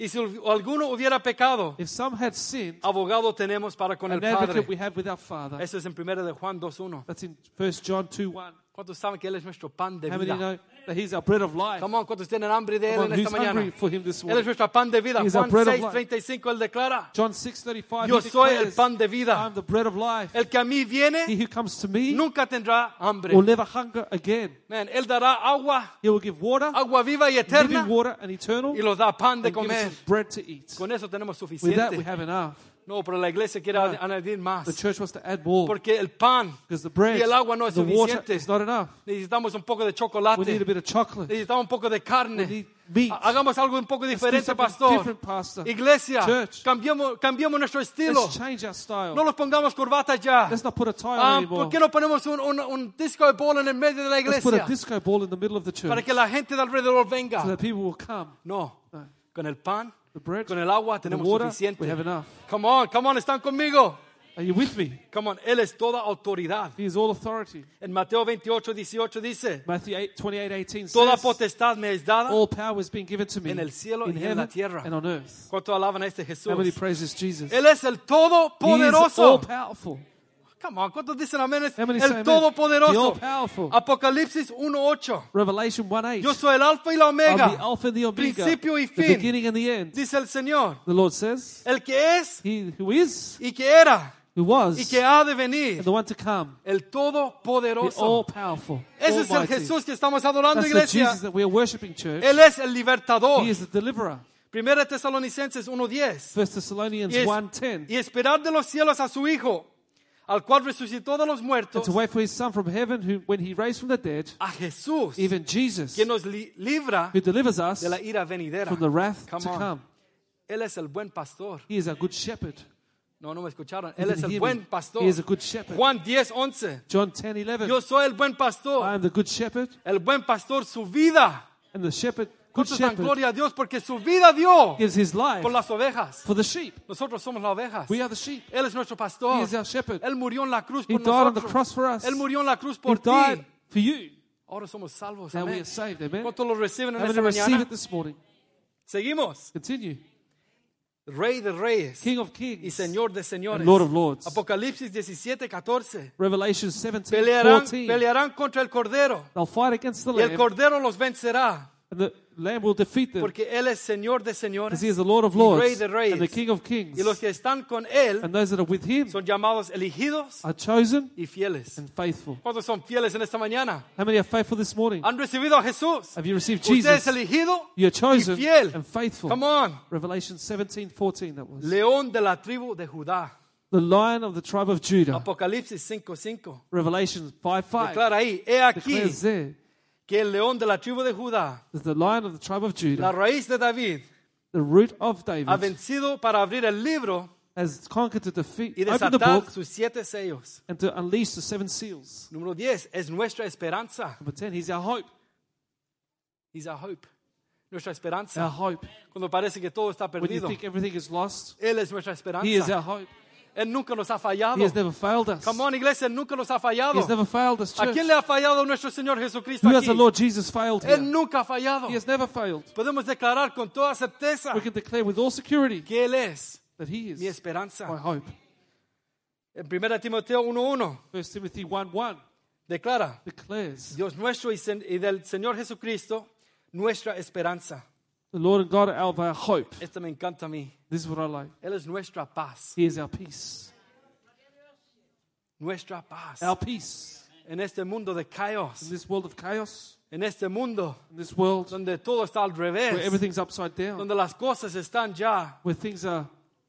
Y si alguno hubiera pecado, If some had sinned, abogado tenemos para con el an advocate Padre. we have with our Father. Eso es en 1 de Juan 2:1. That's in 1 John 2 1. ¿Cuántos saben que Él es nuestro pan de How many vida? know that he's our bread of life? Come on, ¿cuántos tienen hambre de Él Come on, en esta who's mañana? hungry for him this Él es morning? nuestro pan de vida. He is Juan our bread of 6, 35, Él declara, John 6:35. yo he soy el declares, pan de I am vida. the bread of life. El que a mí He viene who comes to me nunca tendrá hambre. will never hunger again. Man, él dará agua, He will give water, agua viva y living eterna water and eternal, y los da pan de and give comer. us bread to eat. Con eso tenemos With that we suficiente. have enough. No, pero la iglesia quiere No. añadir The más. church wants to add more Porque el pan because the bread, y el agua no es the water suficiente. is not enough. Necesitamos un poco de We need a chocolate. bit of chocolate. Necesitamos un poco de We carne. need meat. Ha- Hagamos algo un poco do diferente, something pastor. different, pastor. Iglesia, Church. cambiemos, cambiemos nuestro estilo. Let's change our No style. los pongamos corbata ya. Let's not put a tie Ah, on anymore. ¿Por qué no ponemos un, un- un disco ball en el medio de la Let's put a iglesia? disco ball in the middle of the Para church que la gente de alrededor so venga. that people will come. No. No. Con el pan, The bread, con el agua tenemos water, suficiente. we have enough. Come on, come on, están conmigo. Are you with me? Come on, Él es toda autoridad. He is all authority. En Mateo 28, 18 dice, Matthew 8, 28, 18 Toda says, potestad me es dada. All power has been given to me En el cielo in y en heaven la tierra. and on earth. ¿Cuánto alaban a este Jesús? Everybody praises Jesus. Él es el He is all Todopoderoso. powerful. Come on, ¿cuántos dicen amén? Es How many say el amen? The Todopoderoso. all-powerful. Apocalipsis 1.8. Revelation 1 8. Yo soy el Alfa y la I'm Omega. the Alpha and the Omega. Principio y The fin. beginning and the end. Dice el Señor. The Lord says, El que es He who is, y que era who was, y que ha de venir. and the one to come, El the all Todopoderoso. powerful. Ese es el Oh, Almighty. Jesús que estamos adorando, That's the iglesia. Jesus that we are worshipping, church. Él es el libertador. He is the deliverer. Primera Tesalonicenses 1.10. 1 Thessalonians y, es- 1 10. y esperar de los cielos a su Hijo, al cual resucitó de los And muertos, to wait for his son from heaven, who, when he raised from the dead, a Jesús, even Jesus, que nos li- libra who delivers us de la ira venidera. from the wrath Come to on. come. Él es el buen pastor. He is a good shepherd. No, no me escucharon. You Él es didn't el hear me. buen pastor. He is a good shepherd. Juan 10, 11. John 10 11. Yo soy el buen pastor. I am the good shepherd, El buen pastor su vida. and the shepherd, good ¿Cuántos dan shepherd, gloria a Dios? Porque su vida dio gives his life por las ovejas. for the sheep. Nosotros somos las ovejas. We are the sheep. Él es nuestro pastor. He is our shepherd. Él murió en la cruz He por died on the nosotros. cross for us. Él murió en la cruz He por died ti. for you. Ahora somos salvos. Now we Amén. are saved. Amen. ¿Cuántos lo reciben en Having esta to receive mañana? it this morning. Seguimos. Continue. Rey de reyes King of y kings. Señor de señores. And Lord of lords. Apocalipsis 17, 14. Revelation 17 Pelearán, 14. pelearán contra el Cordero They'll fight against the y el lamb, Cordero los vencerá and the lamb will defeat them porque Él es Señor de because señores he is the Lord of y Rey lords de reyes. and the King of kings. y los que están con Él And those that are with him son llamados elegidos are chosen y fieles. and faithful. ¿Cuántos son fieles en esta mañana? How many are faithful this morning? ¿Han recibido a Jesús? Have you received Usted es Jesus? elegido You're y chosen fiel. and faithful. Come on. Revelation 17 14, that was. León de la tribu de Judá. The lion of the tribe of Judah. Apocalipsis 5, 5. Revelation 5 5 Declara ahí, he aquí declares there que el león de la tribu de Judá, that the lion of the tribe of la Judah, raíz de David, the root of ha David, vencido para abrir el libro has conquered to defeat, y open the desatar book, sus siete sellos. and to unleash the seven seals. Número 10 es nuestra esperanza. Number 10, he's our hope. Is our hope. Nuestra Our esperanza. hope. Cuando parece que todo está When you perdido, think everything is lost, Él es nuestra he is esperanza. our hope. Él nunca nos ha fallado. He has never failed us. Come on, iglesia, Él nunca nos ha He fallado. has never failed us, ¿A church. quién le ha fallado nuestro Señor Jesucristo Who has the aquí? Lord Jesus failed Él here? nunca ha fallado. He has never failed. Podemos declarar con toda certeza We can declare with all security que Él es that he mi is my esperanza. hope. En 1 Timoteo 1.1 First Timothy 1 1 declara, declares, Dios nuestro y, sen- y del Señor Jesucristo, nuestra esperanza. The Lord and God of our hope. Esto me encanta a mí. This is what I like. Él es nuestra paz. He is our peace. Nuestra paz. Our peace. En este mundo de In caos. this world of chaos, En este mundo in this world donde todo está al where revés. everything's upside down, Donde las cosas están ya. where things are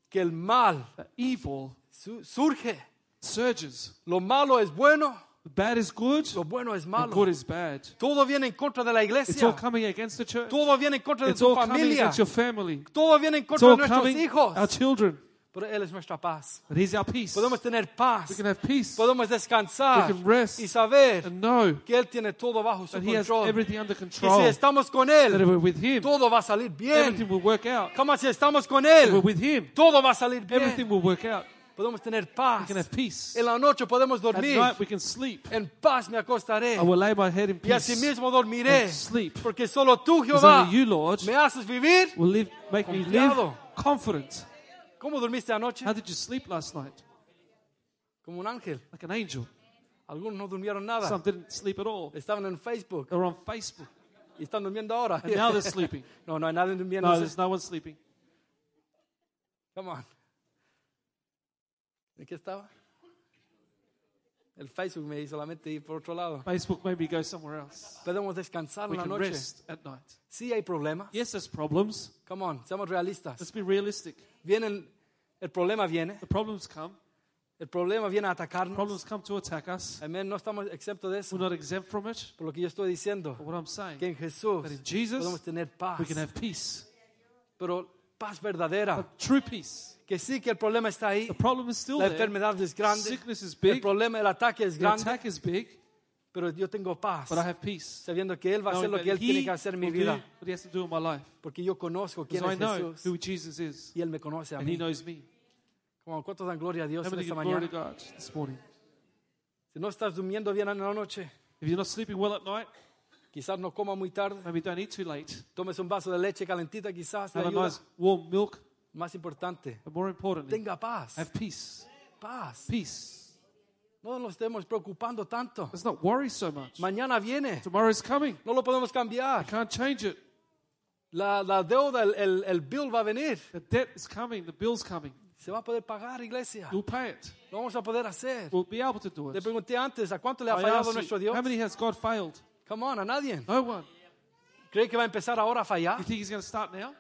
Que el mal are evil, su- surge. surges. Lo malo es bueno. The bad is good, Lo bueno es the good malo. is bad. Todo viene en contra de la It's all iglesia. coming against the church. Todo viene en contra de It's tu all coming familia. against your family. Todo viene en It's contra de all nuestros coming our hijos. children. Pero Él es nuestra paz. But he's our peace. Podemos We tener paz. can have peace Podemos descansar We can rest y saber and know que Él tiene todo bajo su that he has control. everything under Y control. si That estamos con if Él, we're with him, todo va a salir bien. everything will work out. Como si estamos con If we're Él, with him, todo va a salir bien. everything will work out. Podemos tener We paz. can have peace. En la noche podemos At dormir. night we can sleep. En paz me acostaré. I will lay my head in Y peace. asimismo dormiré. and sleep. Porque solo tú, Because Jehová, only you, Lord, me haces vivir. will live, make me live Confiado. confident. ¿Cómo dormiste anoche? How did you sleep last night? Como un ángel. Like an angel. Algunos no durmieron nada. Some didn't sleep at all. Estaban en Facebook They were on Facebook. y están durmiendo ahora. And now they're sleeping. No, no hay nadie No, durmiendo. there's no one sleeping. Come on. ¿De qué estaba? El Facebook me hizo la mente ir por otro lado. Facebook made me go somewhere else. Podemos descansar We en la can noche. rest at night. Sí hay problemas. Yes, there's problems. Come on, seamos Let's realistas. be realistic. Vienen El problema viene. The problems come. El problema viene a atacarnos. Problems come to attack us. Amén. No estamos exentos de eso. We're not exempt from it. Por lo que yo estoy diciendo, But what I'm saying, que en Jesús that in Jesus, podemos tener paz. we can have peace. Pero paz verdadera. True peace. Que sí que el problema está ahí. The problem is still La there. enfermedad es grande. Sickness is El big. problema, el ataque es The grande. attack is big, Pero yo tengo paz. but I have peace. Sabiendo que Él va a hacer Knowing lo que that Él tiene He que hacer en mi will do vida. What he has to do in my life. Porque yo conozco quién Because I es know Jesús. who Jesus is. Y Él me conoce a And he mí. knows me. Como cuántos dan gloria a Dios How en many esta give glory to mañana. God this morning? Si no estás durmiendo bien en la noche, If you're not sleeping well at night, quizás no coma muy tarde. maybe don't eat too late. Tomes un vaso de leche calentita, quizás. te Have a ayuda. nice warm milk. Más importante, But more importantly, tenga paz. have peace. Paz. Peace. Pues, No nos estemos preocupando tanto. Let's not worry so much. Mañana viene. Tomorrow's coming. No lo podemos cambiar. Can't change it. La, la deuda, el, el, el bill va a venir. The debt is coming. The bill's coming. Se va a poder pagar, iglesia. You'll pay it. Lo vamos a poder hacer. We'll be able to do Le it. pregunté antes, ¿a cuánto le ha I fallado ask nuestro you, Dios? how many has God failed? Come on, a nadie. No one. ¿Cree que va a empezar ahora a fallar? You think he's going to start now?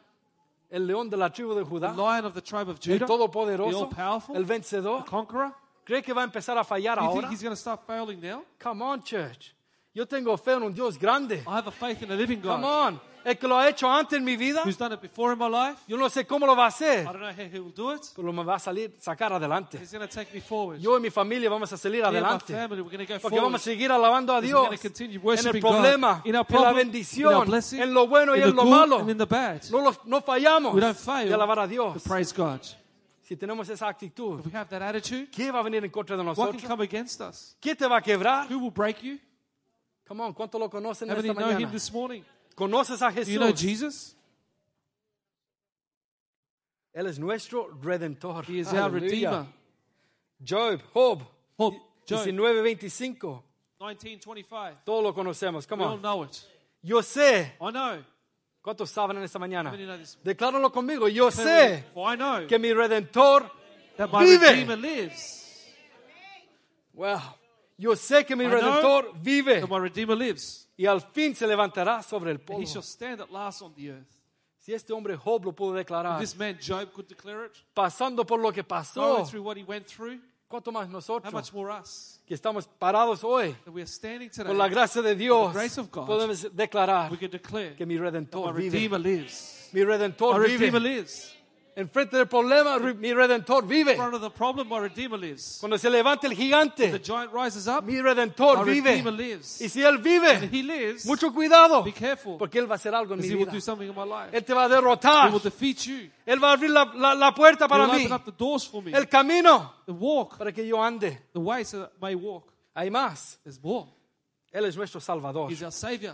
El león de la tribu de The Judá, lion of the tribe el of Judah, the todopoderoso, all-powerful, el the vencedor. conqueror. ¿Cree que va a empezar a fallar You think ahora? he's going to start failing now? Come on, church. Yo tengo fe en un Dios grande. I have a faith in a living Come Oh, God on. El que lo ha hecho antes en mi vida, who's done it before in my life. yo no sé cómo lo va a hacer, I don't know how he will do it. pero me va a salir, sacar adelante. He's going to take me forward. Yo y mi familia vamos a salir Me and my adelante. family, we're going to go Porque forward. vamos a seguir alabando a We're Dios gonna continue en el worshiping problema, God, in en our la problem, in bendición, our blessing, en lo bueno y in the en lo good malo. and in the bad. No, los- no fallamos We don't de fail alabar a to Dios. praise God. Si tenemos esa actitud, If we have that attitude, ¿qué va a venir en contra de what can nosotros? come against us? ¿Qué te va a quebrar? Who will break you? Come on, ¿cuánto lo conocen How many esta know him mañana? this morning? ¿Conoces a Do you know Jesús? Jesus? Él es nuestro Redentor. He is our Aleluya. Redeemer. Job, Job, Job, Job 19.25. 1925. Todos lo conocemos. We Come all on. Ah. know it. Yo sé. I know. ¿Cuántos saben en esta mañana? many know this? Decláralo conmigo. Yo sé For I know que mi Redentor that my Redeemer vive. lives. Wow. Yo sé que mi I know Redentor vive. That my Redeemer lives. Y al fin se levantará sobre el And he polvo. shall stand at last on the earth. Si este hombre Job lo pudo declarar, This man Job could declare it. pasando por lo que Going pasó, through what he went through, ¿cuánto más how nosotros much more us que estamos parados hoy? that we are standing today? Por la gracia de Dios, the grace of God, podemos declarar we can declare que mi that my Redentor vive. Redeemer lives. Mi My Redentor vive. Redeemer lives. Enfrente del problema, re- mi Redentor vive. In front of the problem, my Redeemer lives. Cuando se levante el The gigante, giant rises up. mi my Redentor vive. Redeemer lives. Y si Él And vive, he lives. mucho cuidado, Be careful. porque Él va a hacer algo en mi Because he will vida. do something in my life. Él te va a He derrotar. will defeat you. Él va a abrir la, la- la puerta He para will mí, open up the doors for me. el camino The walk, para que yo ande. the way so that I may walk. Hay más. There's more. Él es nuestro Salvador. He's our Savior.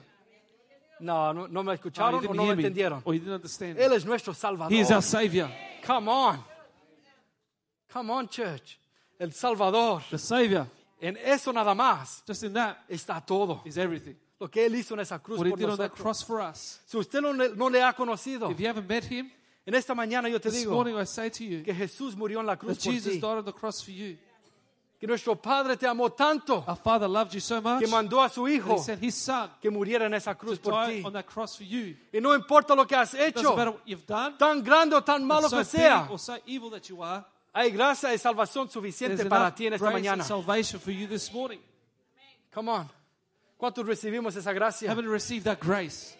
No, no, no me Oh, you escucharon o didn't no me hear me. entendieron. Or you didn't understand. Él es nuestro Salvador. He is our Savior. Come on. Come on, church. El Salvador. The Savior. En eso nada más Just in that está todo. is everything. Lo que Él hizo en esa cruz What he por did on that nosotros. cross for us. Si usted no, le- no le ha conocido, If you haven't met him, en esta mañana yo te this digo morning I say to you que Jesús murió en la cruz that por Jesus ti. died on the cross for you. Que nuestro Padre te amó tanto Our Father loved you so much que that mandó a su Hijo he sent his Son que muriera en esa to cruz por die ti. on that cross for you. Y no importa lo que has Doesn't hecho, matter what you've done, tan grande o tan malo so que big sea, or so evil that you are, hay gracia y salvación there's suficiente para enough ti en esta grace and mañana. salvation for you this morning. Come on. ¿Cuántos recibimos esa gracia? Haven't received that grace.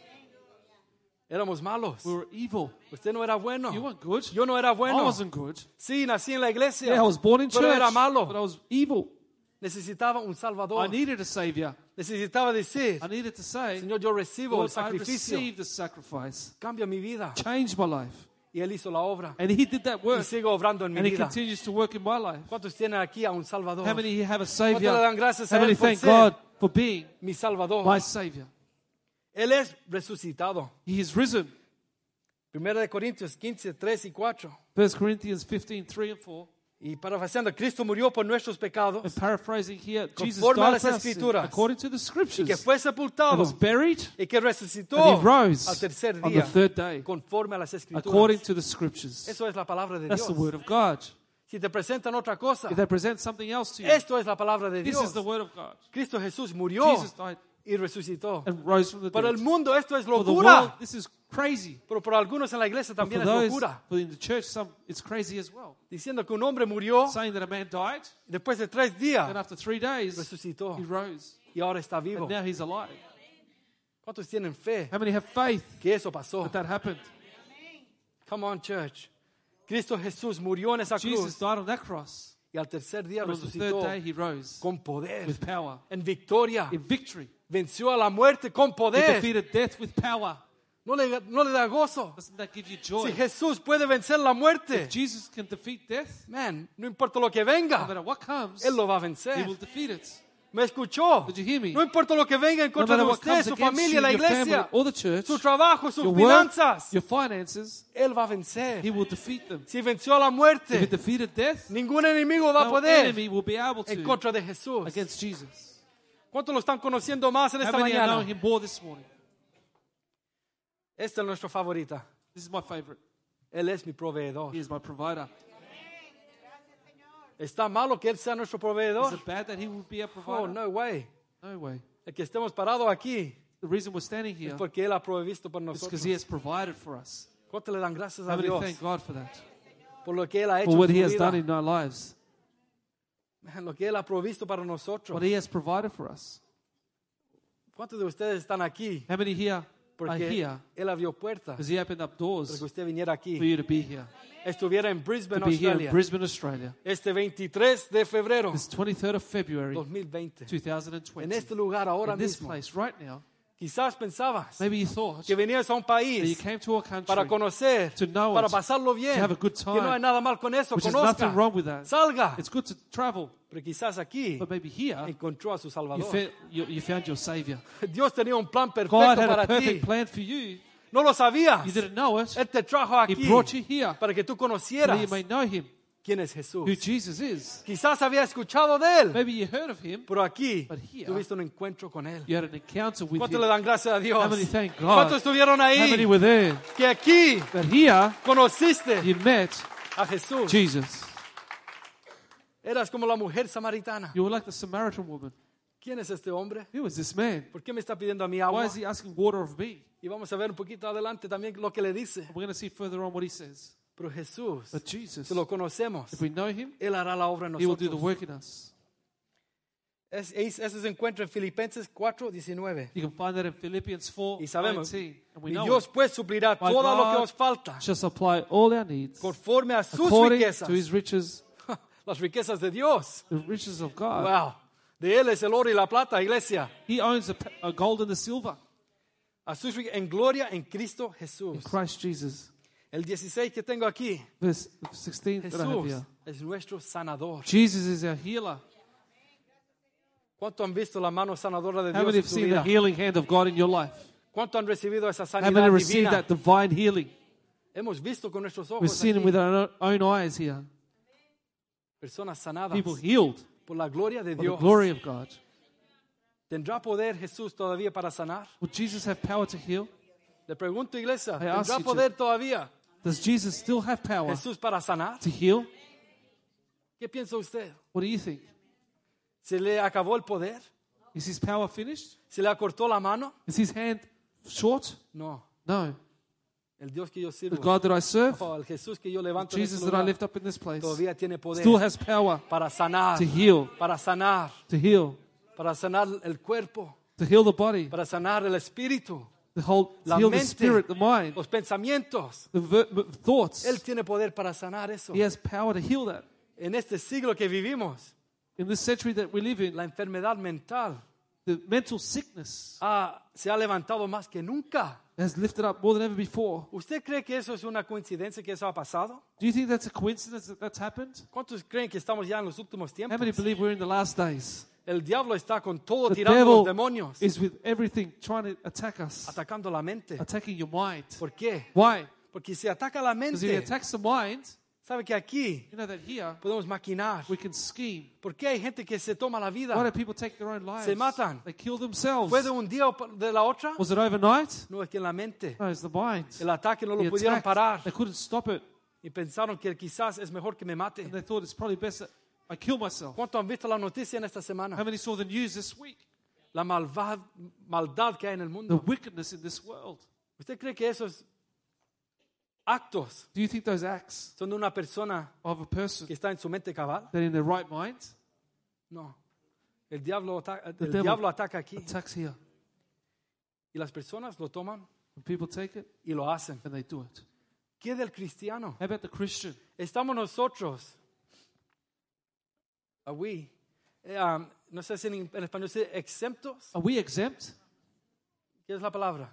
Éramos malos. We were evil. Usted no era bueno. You weren't good. Yo no era I bueno. wasn't good. Sí, nací en la iglesia. Yeah, I was born in pero church, era but I malo. Oh. was evil. Necesitaba un I salvador. needed a savior. Necesitaba decir, I needed to say, Señor, yo recibo el Lord, I sacrificio. received the sacrifice, Cambia mi vida. changed my life, Y Él hizo la obra. and He did that Y work, sigo obrando en mi and He vida. continues to work in my life. ¿Cuántos tienen aquí a un salvador? How many here have a ¿Cuántos le savior? dan gracias How a many Él por thank ser God for being mi salvador? my savior? Él es resucitado. He is risen. 1 de Corintios 15, 3 y 4. 1 Corinthians 15, 3 and 4. Y parafraseando, Cristo murió por nuestros pecados, And paraphrasing here, Jesus Conforme a died las for us Escrituras. according to the scriptures. que fue and was sepultado buried y que resucitó and he rose al tercer on the día, third day conforme a las escrituras. according to the scriptures. Eso es la palabra de That's Dios. the word of God. Si te presentan otra cosa, If they present something else to you, esto es la palabra de this is Dios. the word of God. Cristo Jesús murió Jesus died y resucitó. and rose from the Para el dead. mundo esto es For the world, locura, this is crazy. pero para algunos en la iglesia But también for es those locura. but in the church, some it's crazy as well. Diciendo que un hombre murió, Saying that a man died, y después de tres and días after three days, resucitó he rose, y ahora está and vivo. now he's alive. ¿Cuántos tienen fe How many have faith que eso pasó? that that happened? Come on, church. Cristo Jesús murió en esa Jesus cruz died on that cross, y al tercer día and on the third resucitó day he rose con poder, with power, en victoria. in victory. Venció a la muerte con He poder. defeated death with power. No le, no le da gozo. Doesn't that give you joy? Si Jesús puede vencer la muerte, Jesus can defeat death, man, no importa lo que no venga, matter what comes, Él lo va a he vencer. will defeat it. ¿Me escuchó? Did you hear me? No importa lo que venga en No contra de matter what usted, comes su against familia, you, la your family, iglesia, or the church, su trabajo, sus your work, finanzas, your finances, Él va a vencer. he will defeat them. Si venció a la If he muerte, defeated death, ningún enemigo va a no poder enemy will be able en to contra de Jesús. against Jesus. ¿Cuántos lo están conociendo más en How esta many are knowing mañana? him more this morning? Esta Este es nuestra favorita. This is my favorite. Él es mi proveedor. He is my provider. ¿Está malo que Él sea nuestro Is proveedor? it bad that he will be a Oh, provider? no way. No way. El que estemos parados aquí The reason we're standing here es porque Él ha provisto por is because nosotros. he has provided for us. ¿Cuánto le dan gracias How a many Dios thank God for that? por lo que Él ha hecho For what he en has su done vida? in our lives. Man, Lo que Él ha provisto para What nosotros. he has provided for us. ¿Cuántos de ustedes están aquí? How many here are Porque here Él abrió puertas because he opened up para doors que usted viniera for aquí. you to be here. Estuviera en To Brisbane, be here in Australia. Brisbane, Australia. Este 23 de febrero This 23rd of February, 2020. En 2020. este lugar, ahora In this mismo. place right now, Quizás pensabas maybe you thought que venías a un that you país came to a country para conocer, to know para it, pasarlo bien, to have a good que no time, hay nada mal con eso, which is conozca, nothing wrong with that. salga. It's good to travel, Pero quizás aquí but maybe here encontró a su you, Salvador. fe- you, you found your Savior. Dios tenía un plan God perfecto had a para ti. perfect plan for you. No lo sabías. You didn't know it. Él te trajo He aquí brought you here para que tú so conocieras that you may know Him, quién es Jesús. who Jesus is. Quizás había escuchado de él, Maybe you heard of Him. pero aquí But here- tuviste un encuentro con él. You had an encounter with ¿Cuántos le Him. dan gracias a Dios? How many thank God? ¿Cuántos estuvieron How many ahí? were there? Que aquí But here conociste you met a Jesús. Jesus. Eras como la mujer samaritana. You were like the Samaritan woman. ¿Quién es este hombre? Who is this man? ¿Por qué me está pidiendo a mí Why agua? is he asking water of me? Y vamos a ver un poquito adelante también lo que le dice. We're going to see further on what he says. Pero Jesús, But Jesus, si lo conocemos, if we know him, Él hará la obra en he will do the nosotros. work in us. Es- es- Ese se encuentra en Filipenses 4, 19. You can find that in Philippians 4, Y sabemos, 19. And we y know Dios it. pues suplirá My todo lo que God os falta shall supply all our needs conforme a sus according riquezas. to his riches, Las riquezas de Dios. the riches of God. Wow. De Él es el oro y la plata, iglesia. He owns the p- uh, gold and the silver A sus rique- en gloria en Cristo in Jesús. Christ Jesus. El 16 que tengo aquí. Verse 16 that I have Jesús here. es nuestro sanador. Jesus is our healer. ¿Cuánto han visto la mano sanadora de How Dios many en have tu seen the vida? healing hand of God in your life? ¿Cuánto han recibido esa How sanidad many divina? received that divine healing? Hemos visto con nuestros We've ojos seen it aquí with our own eyes here. personas sanadas People healed por la gloria de by the Dios. glory of God. ¿Tendrá poder Jesús todavía para sanar? Will Jesus have power to heal? Le pregunto, iglesia, I ask ¿tendrá you to- poder todavía Does Jesus still have power Jesús para sanar? to heal? ¿Qué piensa usted? What do you think? ¿Se le acabó el poder? Is his power finished? ¿Se le acortó la mano? Is his hand short? No. No. El Dios que yo The sirvo, God that I serve, o el Jesús que yo levanto en Jesus este that I lugar, lift up in this place, todavía tiene poder still has power para sanar, to heal, para sanar, to heal, para sanar el cuerpo, to heal the body, para sanar el espíritu, the whole, to la heal the mente, spirit, the mind, los pensamientos. the ver- the thoughts. Él tiene poder para sanar eso. He has power to heal that. En este siglo que vivimos, In this century that we live in, la enfermedad mental the mental sickness ha- se ha levantado más que nunca. has lifted up more than ever before. ¿Usted cree que eso es una coincidencia que eso ha pasado? Do you think that's a coincidence that that's happened? ¿Cuántos creen que estamos ya en los últimos How tiempos? many believe we're in the last days? El diablo está con todo The tirando los devil demonios, is with everything trying to attack us, atacando la mente. attacking your mind. ¿Por qué? Why? Porque si ataca la Because if he mente, attacks the mind, sabe que aquí you know that here podemos maquinar. we can scheme. ¿Por qué hay gente que se toma la Why do vida? people take their own lives? Se matan. They kill themselves. ¿Fue de un día o pa- de la otra? Was it overnight? No, es que la mente, No, it's the mind. el ataque no The lo pudieron attack, parar They couldn't stop it. y pensaron que quizás es mejor que me mate. And they thought it's probably best that I kill myself. ¿Cuánto han visto la noticia en esta How semana? many saw the news this week? la malvad- maldad que hay en el the mundo. wickedness in this world. ¿Usted cree que esos actos Do you think those acts son de una persona of a person que está en su mente cabal? that in their right mind No. El diablo, ata- el devil- diablo ataca aquí attacks here? y las personas lo toman When people take it y lo hacen. and they do it. ¿Qué del cristiano? How about the Christian? Estamos nosotros. Are we, eh, um, no sé si en, en español se dice exentos. Are we exempt? ¿Qué es la palabra?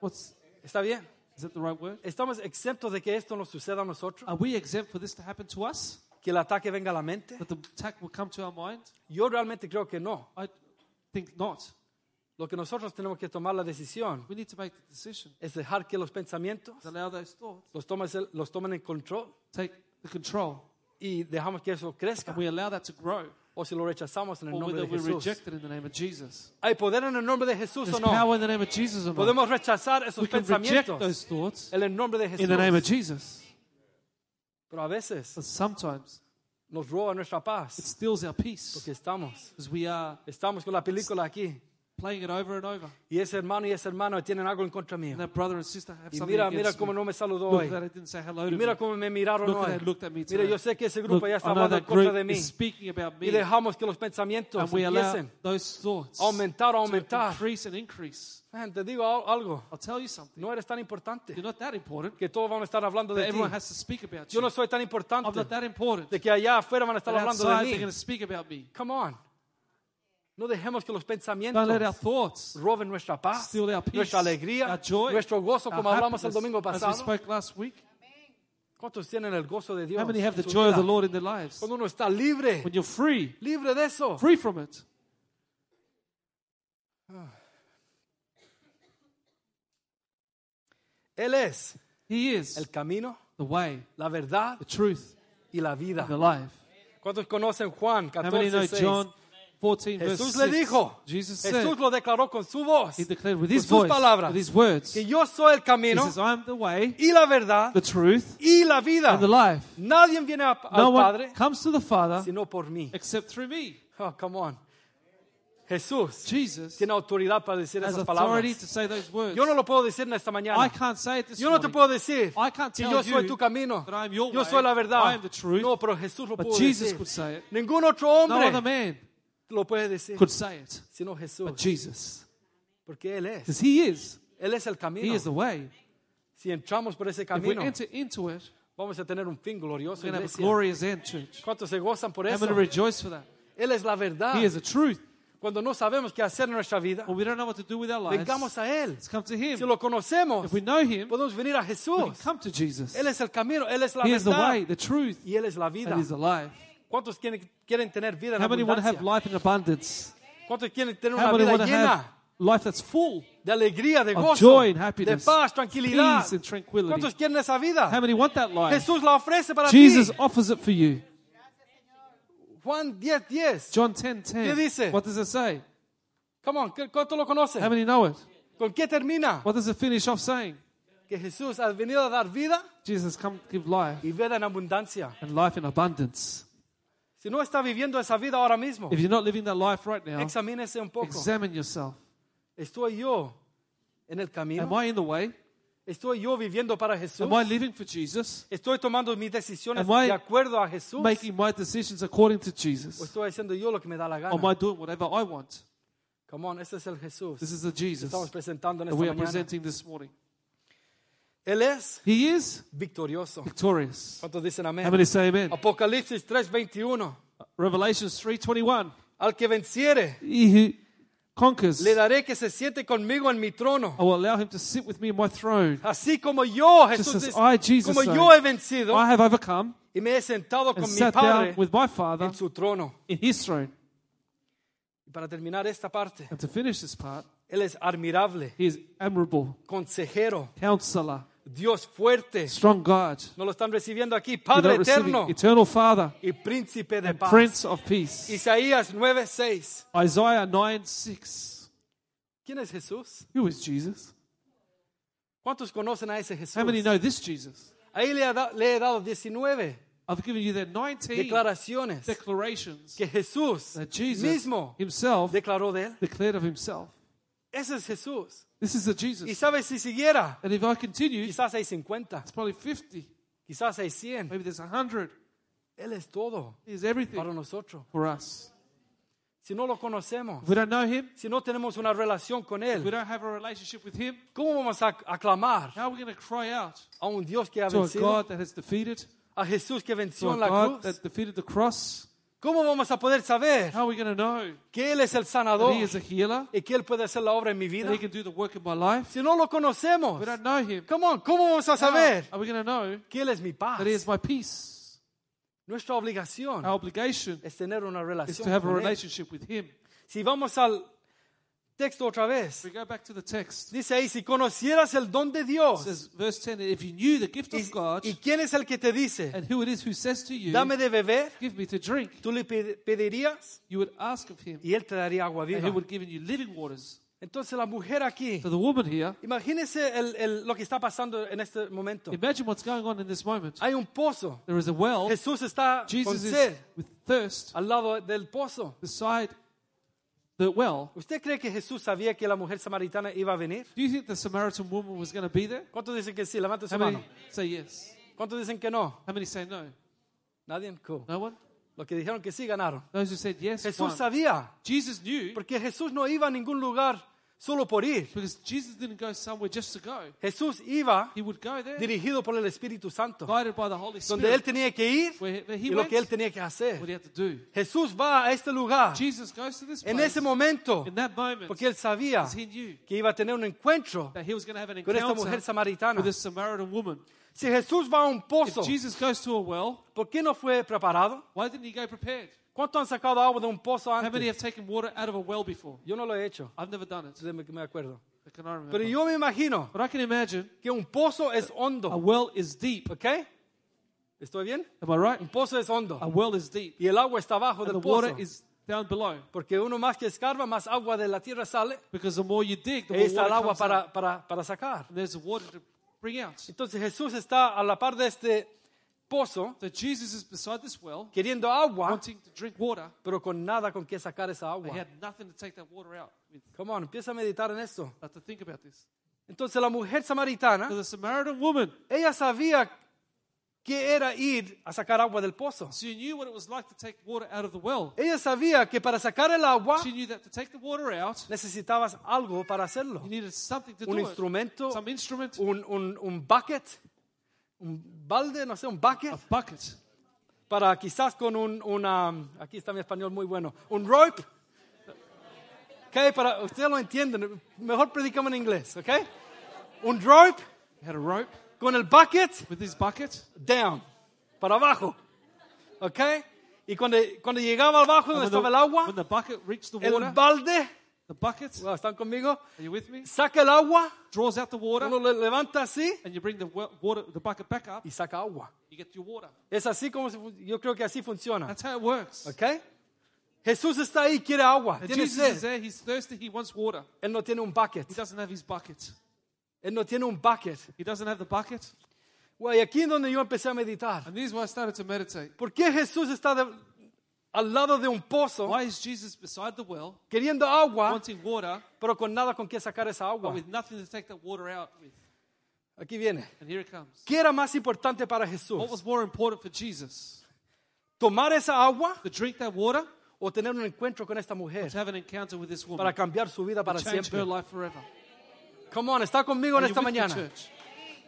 What's ¿Está bien? is that the right word? ¿Estamos exentos de que esto nos suceda a nosotros? Are we exempt for this to happen to us? ¿Que el ataque venga a la mente? That the attack will come to our mind? Yo realmente creo que no. I think not. Lo que nosotros tenemos que tomar la decisión We need to make the decision es dejar que los pensamientos to allow those thoughts los tomen, los tomen en control take the control, y dejamos que eso crezca and we allow that to grow, o si lo rechazamos en el or nombre whether de we Jesús. reject it in the name of Jesus. ¿Hay poder en el nombre de Jesús There's o no? power in the name of Jesus. Or not. Podemos rechazar We esos can reject pensamientos those thoughts en el nombre de in the name of Jesús. Jesus, Pero a veces but sometimes nos roba nuestra it paz steals our peace porque estamos, because we are estamos con la película aquí playing it over and over. y ese hermano y esa hermana tienen algo en contra mío. And that brother and sister have Y something mira, mira against cómo me. no me saludó Look hoy. at that, it didn't say hello Y to mira me. cómo me miraron Look at hoy. that, looked at me Mira, today. yo sé que ese Look, grupo ya está I know hablando en that contra group de mí. is speaking about Y me, dejamos que los pensamientos and we allow empiecen. those thoughts aumentar, to aumentar. increase and increase. Man, te digo al- algo, I'll tell you something. no eres tan importante You're not that important. que todos van a estar hablando That de ti. everyone has to speak about Yo you. no soy tan I'm not importante that important. de que allá afuera van a estar That hablando outside de they're going mí. to speak about me. Come on. No dejemos que los Don't let our pensamientos thoughts roben nuestra paz, steal our peace, nuestra our alegría, joy, nuestro gozo, our como hablamos el happiness, domingo As we pasado. spoke last week, ¿Cuántos tienen el gozo de Dios? how many have the en su joy of the vida? Lord in their lives? Cuando uno está libre, When you're free, libre de eso. free from it. Él es He is el camino, the way, la verdad the truth, y la vida. and the life. ¿Cuántos conocen Juan How many 14, know 6? John 14 verse Jesús le 6? dijo, Jesus said, Jesús lo declaró con su voz, he declared with con his sus voice, palabras, with his words, que yo soy el he camino says, I am the way, y la verdad the truth, y la vida. and the life. Nadie viene a- No al one Padre comes to the Father sino por mí. except through me. Oh, come on. Jesús Jesus tiene autoridad para decir has esas authority palabras. to say those words. Yo no lo puedo decir en esta I mañana. can't say it this Yo no te morning. puedo decir I can't que tell yo soy you tu camino. that I am your Yo way, soy la I verdad. am the truth. No, pero Jesús lo But pudo Jesus decir. could say it. Ningún otro No other hombre man lo puede decir, could say it sino but Jesús, Jesus. porque Él es. Because He is. Él es el He camino. is the way. Si entramos por ese If we camino, enter into it, vamos a tener un fin glorioso. we're going to have a iglesia. glorious end, church. ¿Cuántos se gozan por I'm eso? Ah. going to rejoice for that. Él es la verdad. He is the truth. Cuando no sabemos qué hacer en nuestra vida, When we don't know what to do with our lives, vengamos a Él. let's come to Si Him. lo conocemos, If we know Him, podemos venir a we can Jesús. come to Jesus. Él es el camino, Él es la He is the verdad way, the truth, y Él es la vida. and He's the life. ¿Cuántos quieren, quieren tener vida en How many want to have abundancia? life in abundance? ¿Cuántos quieren tener How una many want vida to have llena life that's full? de alegría, de of gozo, joy and de happiness, paz, tranquilidad? peace and tranquility? ¿Cuántos quieren esa How vida? many want that life? Jesús la ofrece para Jesus ti. offers it for you. Juan 10, 10. John 10 ¿Qué 10. dice? What does it say? Come on, ¿qué- ¿cuántos lo conocen? How many know it? ¿Con qué termina? What does it finish off saying? Que Jesús ha venido a dar vida Jesus, come give life y vida en abundancia. and life in abundance. Si no está viviendo esa vida ahora mismo, If you're not living that life right now, examínese un poco. examine yourself. ¿Estoy yo en el Am camino? I in the way? ¿Estoy yo viviendo para Jesús? Am I living for Jesus? ¿Estoy tomando mis decisiones Am I de acuerdo a Jesús? Making my decisions according to ¿O Jesus? estoy haciendo yo lo que me da la Or am I gana? doing whatever I want? Come on, ese es el Jesús This que is the Jesus estamos presentando en that esta we are mañana. presenting this morning. Él es He is victorioso. victorious. ¿Cuántos dicen How many amén? say amen? Apocalipsis 3:21. Revelations 3.21. Al que venciere, He who conquers, le I daré que se siente conmigo en mi trono. will allow him to sit with me in my throne. Así como yo, Just Jesús, as dice, I, Jesus, como say, yo he vencido I have overcome y me he sentado and con mi sat down Padre with my Father en su trono. in his throne. Y para terminar esta parte, And to finish this part, Él es admirable, he is admirable, consejero, counselor, Dios fuerte. strong God. No lo están recibiendo aquí, You Padre don't receive eterno it. eternal Father, y príncipe de and paz. Prince of Peace. Isaías 9:6. Isaiah 9 6. ¿Quién es Jesús? Who is Jesus? ¿Cuántos conocen a ese Jesús? How many know this Jesus? Ahí le, ha da- le he dado 19 I've given you the 19 declaraciones declarations que Jesús that Jesus mismo himself declaró de él. declared of himself. Ese es Jesús. This is the Y Jesus. sabes, si siguiera, And if I continue, quizás hay 50, it's probably 50. quizás hay 100. Maybe there's 100. Él es todo He's para everything nosotros. for us. Si no lo conocemos, If we don't know him, si no tenemos una relación con if we Él, don't have a relationship with him, ¿cómo vamos a aclamar how are we going to cry out a un Dios que ha to a vencido? God that has defeated, A Jesús que to venció a en la God cruz. that defeated the cross? ¿Cómo vamos a poder saber How are we going to know que Él es el that sanador he is a healer, y que Él puede hacer la obra en mi vida? that he can do the work in my life? Si no lo conocemos, We don't know him. come on, ¿cómo vamos a How saber are we going to know que Él es mi paz? that he is my peace? Nuestra obligación Our obligation es tener una is relación to have a con Él. relationship with him. Si vamos al texto otra vez, We go back to the text. It dice ahí, si conocieras el don de Dios, says, verse 10, if you knew the gift of God y, y quién es el que te dice, and who it is who says to you, dame de beber, give me to drink, tú le pedi- pedirías you would ask of him, y Él te daría agua and he viva. would give you living waters. Entonces la mujer aquí, So the woman here, imagínese el- el- lo que está pasando en este momento. imagine what's going on in this moment. Hay un pozo. There is a well. Jesús está con Jesus sed is with thirst al lado del pozo. beside the well. ¿Usted cree que Jesús sabía que la mujer samaritana iba a venir? Do you think the Samaritan woman was going to be there? ¿Cuántos dicen que sí? Levanta su How many mano. say yes? ¿Cuántos dicen que no? How many say no? Nadie. Cool. No one? Los que dijeron que sí ganaron. Those who said yes, Jesús won. sabía, Jesus knew porque Jesús no iba a ningún lugar solo por ir. because Jesus didn't go somewhere just to go. Jesús iba He would go there, dirigido por el Espíritu Santo, guided by the Holy donde él Spirit, tenía que ir where where y Pues, he lo went, que él what tenía que hacer. he had to do. Jesús va a este lugar Jesus goes to this en place ese momento in that moment porque él sabía because he knew que iba a tener un encuentro that he was going to have an con esta mujer encounter samaritana. with this Samaritan woman. Si Jesús va a un If pozo, Jesus goes to a well, ¿por qué no fue preparado? why didn't he go prepared? ¿Cuánto han sacado agua de un pozo How many antes? have taken water out of a well before? Yo no lo he hecho, I've never done it. de- me acuerdo. but Can I remember? Pero yo me imagino But I can imagine que un pozo es a hondo, well is deep. ¿ok? ¿Estoy bien? Am I right? Un pozo es hondo A well is deep. y el agua está abajo And the del water pozo. is down below. Porque uno más que escarba, más agua de la tierra sale. Because the more you dig, the Ahí more está el water agua comes para, out. para, para sacar. And there's water to bring out. Entonces Jesús está a la par de este pozo, So Jesus is beside this well, queriendo agua, wanting to drink water. pero con nada con que sacar esa But he agua. had nothing to take that water out with. Come on, empieza a meditar en eso. Have to think about this. Entonces la mujer samaritana So the Samaritan woman, Ella sabía que era ir a sacar agua del pozo. she knew what it was like to take water out of the well. Ella sabía que para sacar el agua She knew that to take the water out, necesitabas algo para hacerlo. you needed something to Un do instrumento, it. Some instrument, Un, un, un bucket, un balde, no sé, un bucket, a bucket, para quizás con un, una, aquí está mi español muy bueno, un rope. Okay, para, ustedes lo entienden, mejor predicamos en inglés, ¿ok? Un rope he had a rope con el bucket with his bucket. down, para abajo. ¿Ok? Y cuando, cuando llegaba abajo donde And estaba el when, the, agua, when the bucket reached the el water, balde, the bucket, bueno, ¿están conmigo? are you with me? Saca el agua, Draws out the water, uno le levanta así and you bring the wel- water, the bucket back up, y saca agua. you get your water. Es así como se fun- yo creo que así funciona. That's how it works. ¿Ok? Jesús está ahí, quiere agua, And tiene Jesus sed. is there, he's thirsty, he wants water. Él no tiene un He bucket, doesn't have his bucket. él no tiene un bucket. He doesn't have the bucket. Güey, aquí es donde yo empecé a meditar. And this is why I started to meditate. ¿Por qué Jesús está de- al lado de un pozo Why is Jesus beside the well, queriendo agua, wanting water, pero con nada con qué sacar esa but agua? with nothing to take that water out with? Aquí viene. And here it comes. ¿Qué era más importante para What Jesús? was more important for Jesus? ¿Tomar esa agua To drink that water, o tener un encuentro con esta mujer to have an encounter with this woman, para cambiar su vida para to change her siempre? life forever? Come on, está conmigo en Are you esta with me, mañana. church?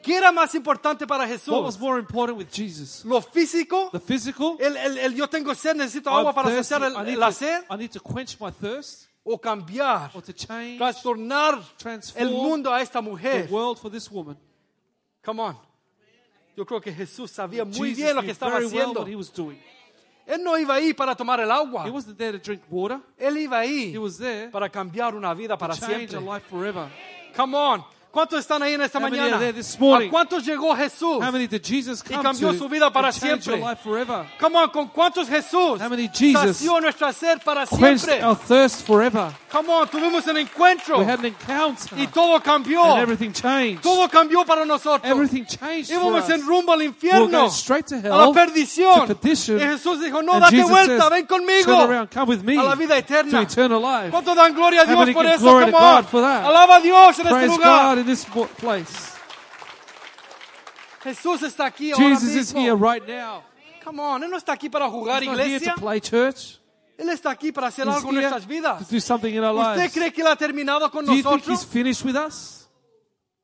¿Qué era más importante para What was Jesús? more important with Jesus? ¿Lo físico? The physical? El, el- el yo tengo sed, necesito I'm Eh, agua para thirsty, saciar I el- need la to- sed. I need to quench my thirst ¿O cambiar, or to change trastornar transform el mundo a esta the mujer? world for this woman. Come on. Yo creo que Jesús sabía muy Jesus bien lo knew que estaba very well haciendo. Ah. what he was doing. Él no iba ahí para tomar el agua. He wasn't there to drink water. Él iba He ahí was there para cambiar una vida para to change siempre. a life forever. Come on. ¿Cuántos están ahí en esta How many mañana? are there this ¿A morning? cuántos llegó Jesús? How many did Jesus come cambió to su vida para and change your siempre? life forever? Come on, ¿con cuántos Jesús How many Jesus sació nuestra sed para Quenched siempre? our thirst forever. Come on, tuvimos un encuentro We had an encounter. y todo cambió. And everything changed. Todo cambió para nosotros. Everything changed for Íbamos us. en rumbo al We'll infierno, go straight to a la hell, perdición. to perdition. Y Jesús dijo, no, And date Jesus vuelta, says, ven Turn conmigo. around, come with me a la vida eterna. to eternal life. ¿Cuánto dan gloria a How Dios many por give eso? glory Come to on. God for that? Alaba a Dios en este Praise lugar. God in this bo- place. Jesús está aquí ahora Jesus is mismo. here right now. Come on, Él no está aquí para jugar, He's not here iglesia. to play church. Él está aquí para hacer He's algo en here nuestras to vidas. do something in our ¿Usted lives. cree que Él ha terminado con Do you think he's nosotros? finished with us?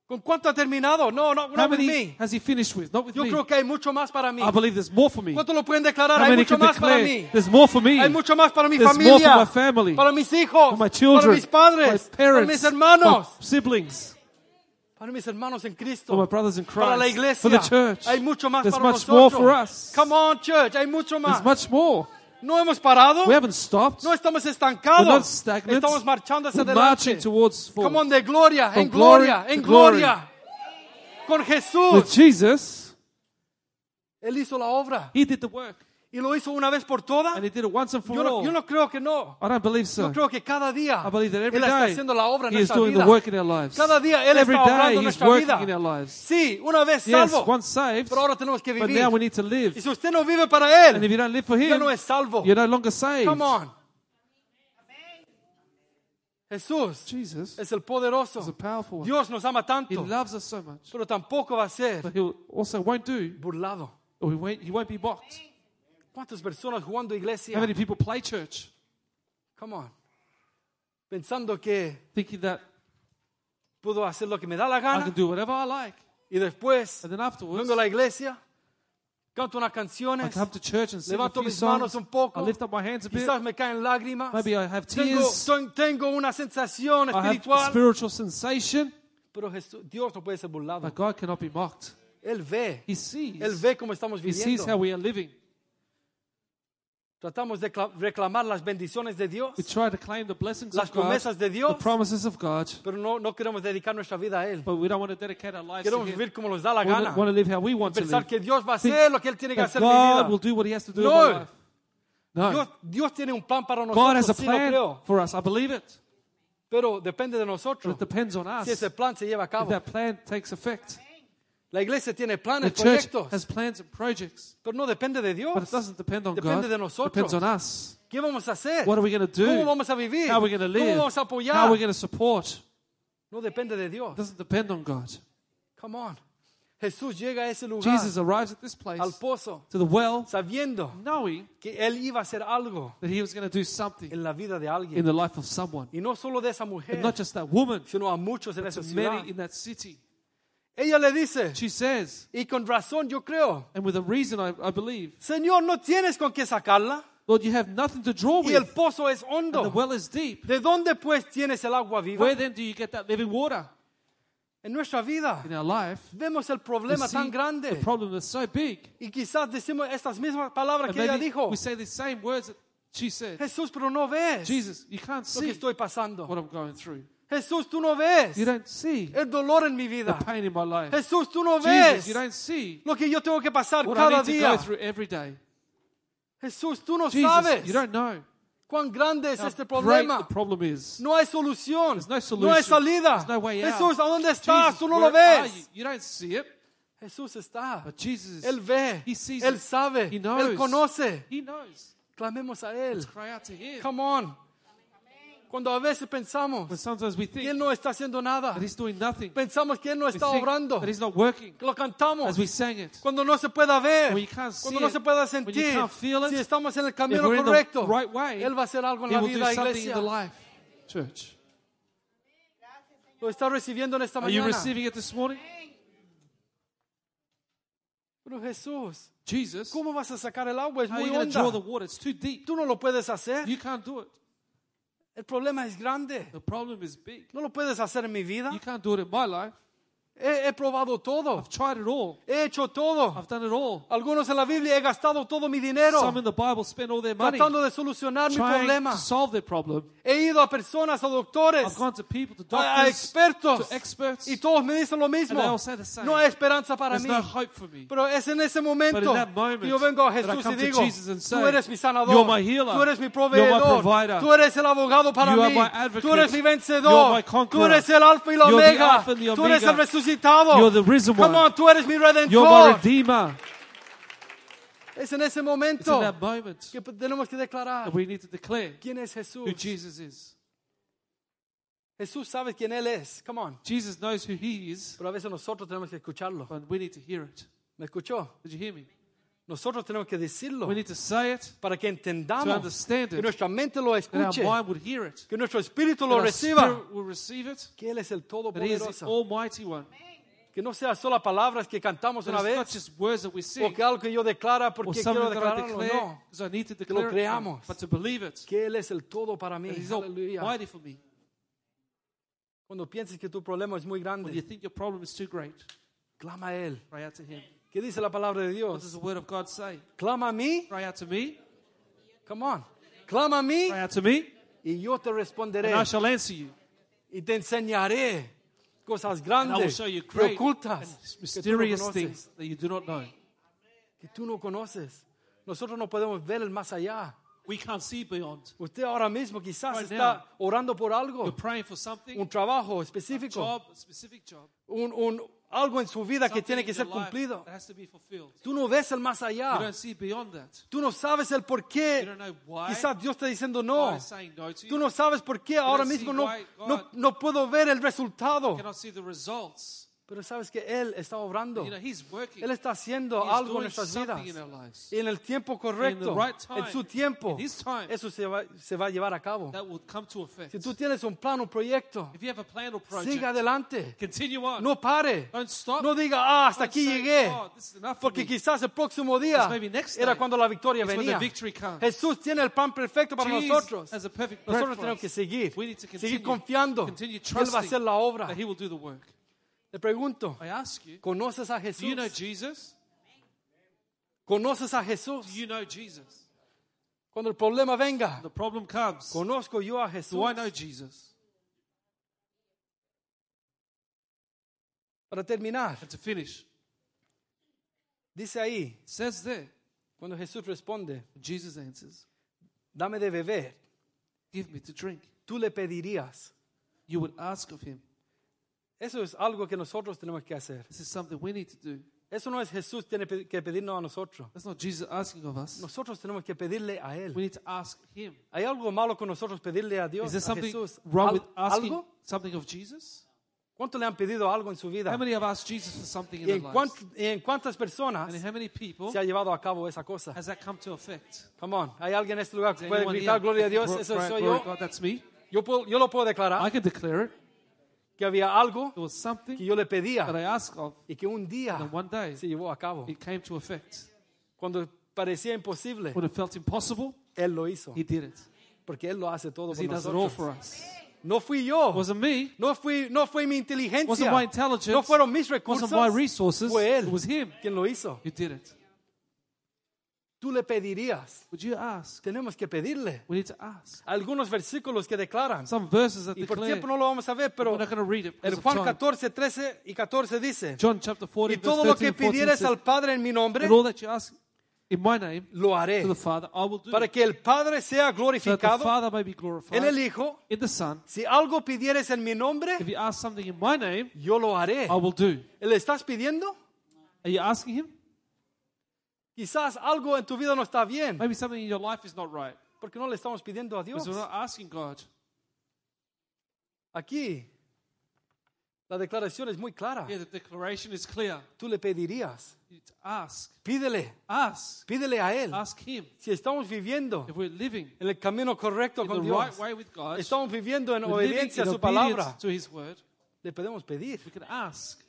¿Con cuánto ha terminado? No, no, How no con many mí. has he finished with? Not with Yo me. creo que hay mucho más para mí. I believe there's more for me. ¿Cuánto lo pueden declarar? How Hay many mucho can más para declare mí. there's more for me? Hay mucho más para mi There's more for my familia, family, para mis hijos, For my para children, mis padres, my para parents, mis my hermanos, siblings, para mis hermanos en for my Cristo, brothers in para la Christ, iglesia. for the church. Hay mucho más there's para much more for nosotros. us. Come on, church, hay mucho There's más. much more. No hemos parado. We haven't stopped. No estamos We're not estancados. stagnant. Estamos marchando hacia We're marching adelante. towards forward. Como de gloria, From en gloria, glory en to glory. gloria. Con With Jesús. Jesus, Él hizo la obra. he did the work. Y lo hizo una vez por todas. And he did it once and for Yo no, all. yo no creo que no. I don't believe Yo so. creo que cada día I believe that every Él está day haciendo la obra en he is nuestra doing the vida. work in our lives. Cada día Él Every está obrando day en he's nuestra working vida. in our lives. Sí, una vez Yes, salvo. once saved, Pero ahora tenemos que but vivir. now we need to live. Y si usted no vive para And if Él, you don't live for ya him, no es salvo. you're no longer saved. Come on. Jesús Jesus es el poderoso. is a powerful one. Dios nos ama He tanto, loves us so much. pero tampoco va a ser But he also won't do, burlado. or he won't, he won't be mocked. ¿Cuántas personas jugando How iglesia? many people play church Come on. Pensando que thinking that puedo hacer lo que me da la I can gana do whatever I like? y después And then afterwards, vengo a la iglesia, canto unas I canciones, come to church and sing a levanto few mis manos songs. un poco, I lift up my hands a bit. quizás me caen lágrimas, Maybe I have tengo, tears. ten- tengo una sensación I have espiritual, spiritual sensation. pero Jesús- Dios no puede ser burlado. But God cannot be mocked. Él ve, He sees. Él ve cómo estamos He sees viviendo. how we are living. Tratamos de cla- reclamar las bendiciones de Dios, We try to claim the blessings Las of God, promesas de Dios. the promises of God, pero no, no queremos dedicar nuestra vida a Él. but we don't want to dedicate our lives to Queremos Him. vivir como nos da la We gana. want to live how we want to Pensar live. que Dios va a Think hacer lo que Él tiene que that hacer en mi God will vida. do what He has to do No. in my life. No. Dios, Dios tiene un plan para God has a nosotros, sí lo plan creo, for us. I believe it. pero depende de But nosotros it depends on us si ese if plan se lleva a cabo. that plan takes effect. La iglesia tiene The planes, church proyectos, has plans and projects, pero no depende de Dios. but it doesn't depend on Depende God. de nosotros. It depends on us. ¿Qué vamos a hacer? What are we going to do? ¿Cómo vamos a vivir? How are we going to ¿Cómo live? vamos a apoyar? How are we going to support? No depende de Dios. It doesn't depend on God. Come on. Jesús llega a ese lugar, Jesus arrives at this place, al pozo, to the well, sabiendo knowing que Él iba a hacer algo that he was going to do something en la vida de in alguien. the life of someone. Y no solo de esa And mujer, not just that woman, sino a muchos en esa to ciudad. many in that city. Ella le dice, She says, y con razón yo creo, and with a reason, I, I believe, Señor, no tienes con qué sacarla Lord, you have nothing to draw y with. el pozo es and the hondo. well is deep. ¿De dónde pues tienes el agua viva? Where then do you get that living water En nuestra vida in our life? vemos el We problema see tan The grande problem is so big. y quizás decimos estas mismas palabras And que ella maybe dijo. we say the same words that she said. Jesús, pero no ves Jesus, you can't lo que see estoy pasando. what I'm going through. Jesús, tú no ves You don't see el dolor en mi the vida. pain in my life. Jesús, tú no Jesus, ves you don't see lo que yo tengo que pasar what I cada need to go día. through every day. Jesús, tú no Jesus, sabes you don't know cuán grande es how este great the problema. problem is. No hay solución. There's no No hay solution. salida. There's no way out. Jesús, ¿a dónde estás? Jesus, Tú no where lo are you? ves. You don't see it, Jesús está. but Jesus, Él ve. He sees Él it. sabe. He knows. Él conoce. He knows. Clamemos a Él. Cry out to Him. Come on. Cuando a veces pensamos But sometimes we que Él think no está haciendo nada, that He's doing nothing. We pensamos que Él no está think obrando, that He's not working. lo cantamos. As we sang it, Cuando no se pueda ver, When you can't see cuando no it, se pueda when you sentir, can't feel it, si estamos en el if camino we're in the correcto, right way, Él va a hacer algo en He la will do vida, something in iglesia. the life. Church, Lo está recibiendo en esta are you mañana. receiving it this morning? Pero Jesús, Jesus, ¿cómo vas a sacar el agua? Es how are muy you going to draw the honda. water? It's too deep. Tú no lo puedes hacer. You can't do it. El problema es grande. The problem is big. No lo puedes hacer en mi vida. You can't do it in my life. He, he probado todo. I've tried it all. He hecho todo. I've done it all. Algunos en la Biblia he gastado todo mi dinero Some in the Bible spend all their money tratando de solucionar mi trying problema. to solve their problem. He ido a personas, a I've doctores, gone to people, to a, a doctors, expertos, to experts. y todos me dicen lo mismo. and they all say the same. No hay esperanza para There's mí. no hope for me. Pero es en ese But momento in that moment, que yo vengo a that I Jesús y come to digo, Jesus and say, tú eres mi sanador, "You're my healer. tú eres mi You're my proveedor, provider. tú eres el abogado para You are mí, my advocate. tú eres mi You're vencedor, my conqueror. tú eres el alfa y la You're the omega, Alpha and the tú eres el Omega. resucitado, You're the risen Come one. on, tú eres mi You're my redentor. Redeemer. Es en ese It's in momento that moment que tenemos que declarar that we need to declare quién es who Jesús. Jesus is. Jesús sabe quién Él es, come on. Jesus knows who he is, Pero a veces nosotros tenemos que escucharlo. but we need to hear it. ¿Me escuchó? Did you hear me? Nosotros tenemos que decirlo We need to say it, para que to entendamos, understand que it, nuestra mente lo that escuche, our mind would hear it, que nuestro espíritu that lo our reciba. spirit will receive it, que Él es el that he is the Todopoderoso. Almighty One. Que no sea solo palabras que cantamos That una it's not vez just words that we sing o que algo que yo declara or porque quiero something that I declararlo. declare No, because I need to lo declare it, creamos. but to believe it. que Él es el todo para mí. That he's Aleluya. almighty for me. Cuando pienses que tu problema es muy When you grande, think your problem is too great, clama a Él. cry out to him. ¿Qué dice la palabra de What does Dios? the word of God say? Clama a mí. Cry out to me, Come on. Clama a mí cry out to me, y yo te responderé and I shall answer you. y te enseñaré cosas And I will grandes show y you great and ocultas que tú no mysterious things conoces. that you do not know. Que tú no conoces. Nosotros no podemos ver el más allá. We can't see beyond. Usted ahora mismo quizás Right está now. orando por algo. You're praying for something, Oh. un trabajo a específico, job, a specific job, un, un- algo en su vida que something tiene que in ser your life cumplido. That has to be fulfilled. Tú no ves el más You allá. don't see beyond that. Tú no sabes el por You qué. don't know why Quizás Dios está diciendo God no. is saying no to Tú you. no sabes por qué ahora see mismo no, why God- no, no puedo ver el resultado. You cannot see the results. Pero sabes que Él está obrando. You know, He's working. Él está haciendo He's algo en doing nuestras something vidas. in our lives. En el tiempo correcto, right time, en su tiempo, in His time. eso se va, se va a llevar a cabo. That will come to effect. Si tú tienes un plan, un proyecto, If you have a plan or siga project, adelante. continue on. No pare. Don't stop. No diga, ah, hasta Don't aquí say, llegué. "Oh, this is enough for Porque me." quizás el próximo día Because maybe next era day cuando la victoria is when venía. the victory comes. Jesús tiene el plan perfecto para Jesus nosotros. has a perfect plan Nosotros for tenemos us. que seguir, We need to seguir continue, confiando. continue Él va a trusting hacer la obra. that He will do the work. Le pregunto, I ask you, ¿conoces a do you Jesús? know Jesus? ¿Conoces a Jesús? Do you know Jesus? Cuando el problema venga, The problem comes. ¿conozco yo a Jesús? Do I know Jesus? Para terminar, And to finish, dice ahí, it says there, cuando Jesús responde, Jesus answers, dame de beber, Give me to drink. tú le pedirías. You would ask of him. Eso es algo que nosotros tenemos que hacer. This is something we need to do. Eso no es Jesús tiene pe- que pedirnos a nosotros. That's not Jesus asking of us. Nosotros tenemos que pedirle a Él. We need to ask him. ¿Hay algo malo con nosotros pedirle a Dios, Is there a something Jesús? wrong al- with asking ¿Algo? something of Jesus? ¿Cuánto le han pedido algo en su vida? How many have asked Jesus for something in ¿Y their en, lives? cuánt- y en cuántas personas And how many people se ha llevado a cabo esa cosa? has that come to effect? Come on, ¿hay alguien en este lugar que Is puede anyone gritar here? gloria a Dios? Glo- Eso glo- soy glory yo. to God, that's me. Yo, puedo- yo lo puedo I declarar, can declare it. que había algo There was que something yo le that I pedía asked of, y que un día and one day se llevó a cabo. it came to effect. Cuando parecía imposible, When it felt impossible, Él lo hizo, he did it. porque Él lo hace todo Because por he does it all nosotros. for us. No fui It yo, wasn't me. no, fui, no fue mi inteligencia, wasn't my intelligence. no fueron mis recursos, wasn't my resources. fue It was Él him quien lo hizo. who did it. Tú le pedirías. Would you ask? Tenemos que pedirle. We need to ask. Algunos versículos que declaran. Some verses that Y por declare. tiempo no lo vamos a ver, pero We're not going to read it. en because of Juan time. 14, 13 y 14 dice, John chapter 14, y verse todo lo 13 que and 14 pidieres says, al Padre en mi nombre, And all that you ask in my name lo haré. to the Father, I will do. Para que el Padre sea so that the glorificado Father may be glorified en el Hijo, in the Son. si algo pidieres en mi nombre, If you ask something in my name, yo lo haré. I will do. ¿Le estás pidiendo? Are you asking him? Quizás algo en tu vida no está bien, Maybe something in your life is not right. porque no le estamos pidiendo a Dios. Because we're not asking God. Aquí la declaración es muy clara. Yeah, the declaration is clear. Tú le pedirías, You to ask. pídele, Ask. pídele a Él. Ask him. Si estamos viviendo If we're living en el camino correcto in the con right Dios, way with God, Estamos viviendo en we're living obediencia a in su obedience palabra. to his word, Le podemos pedir we can ask.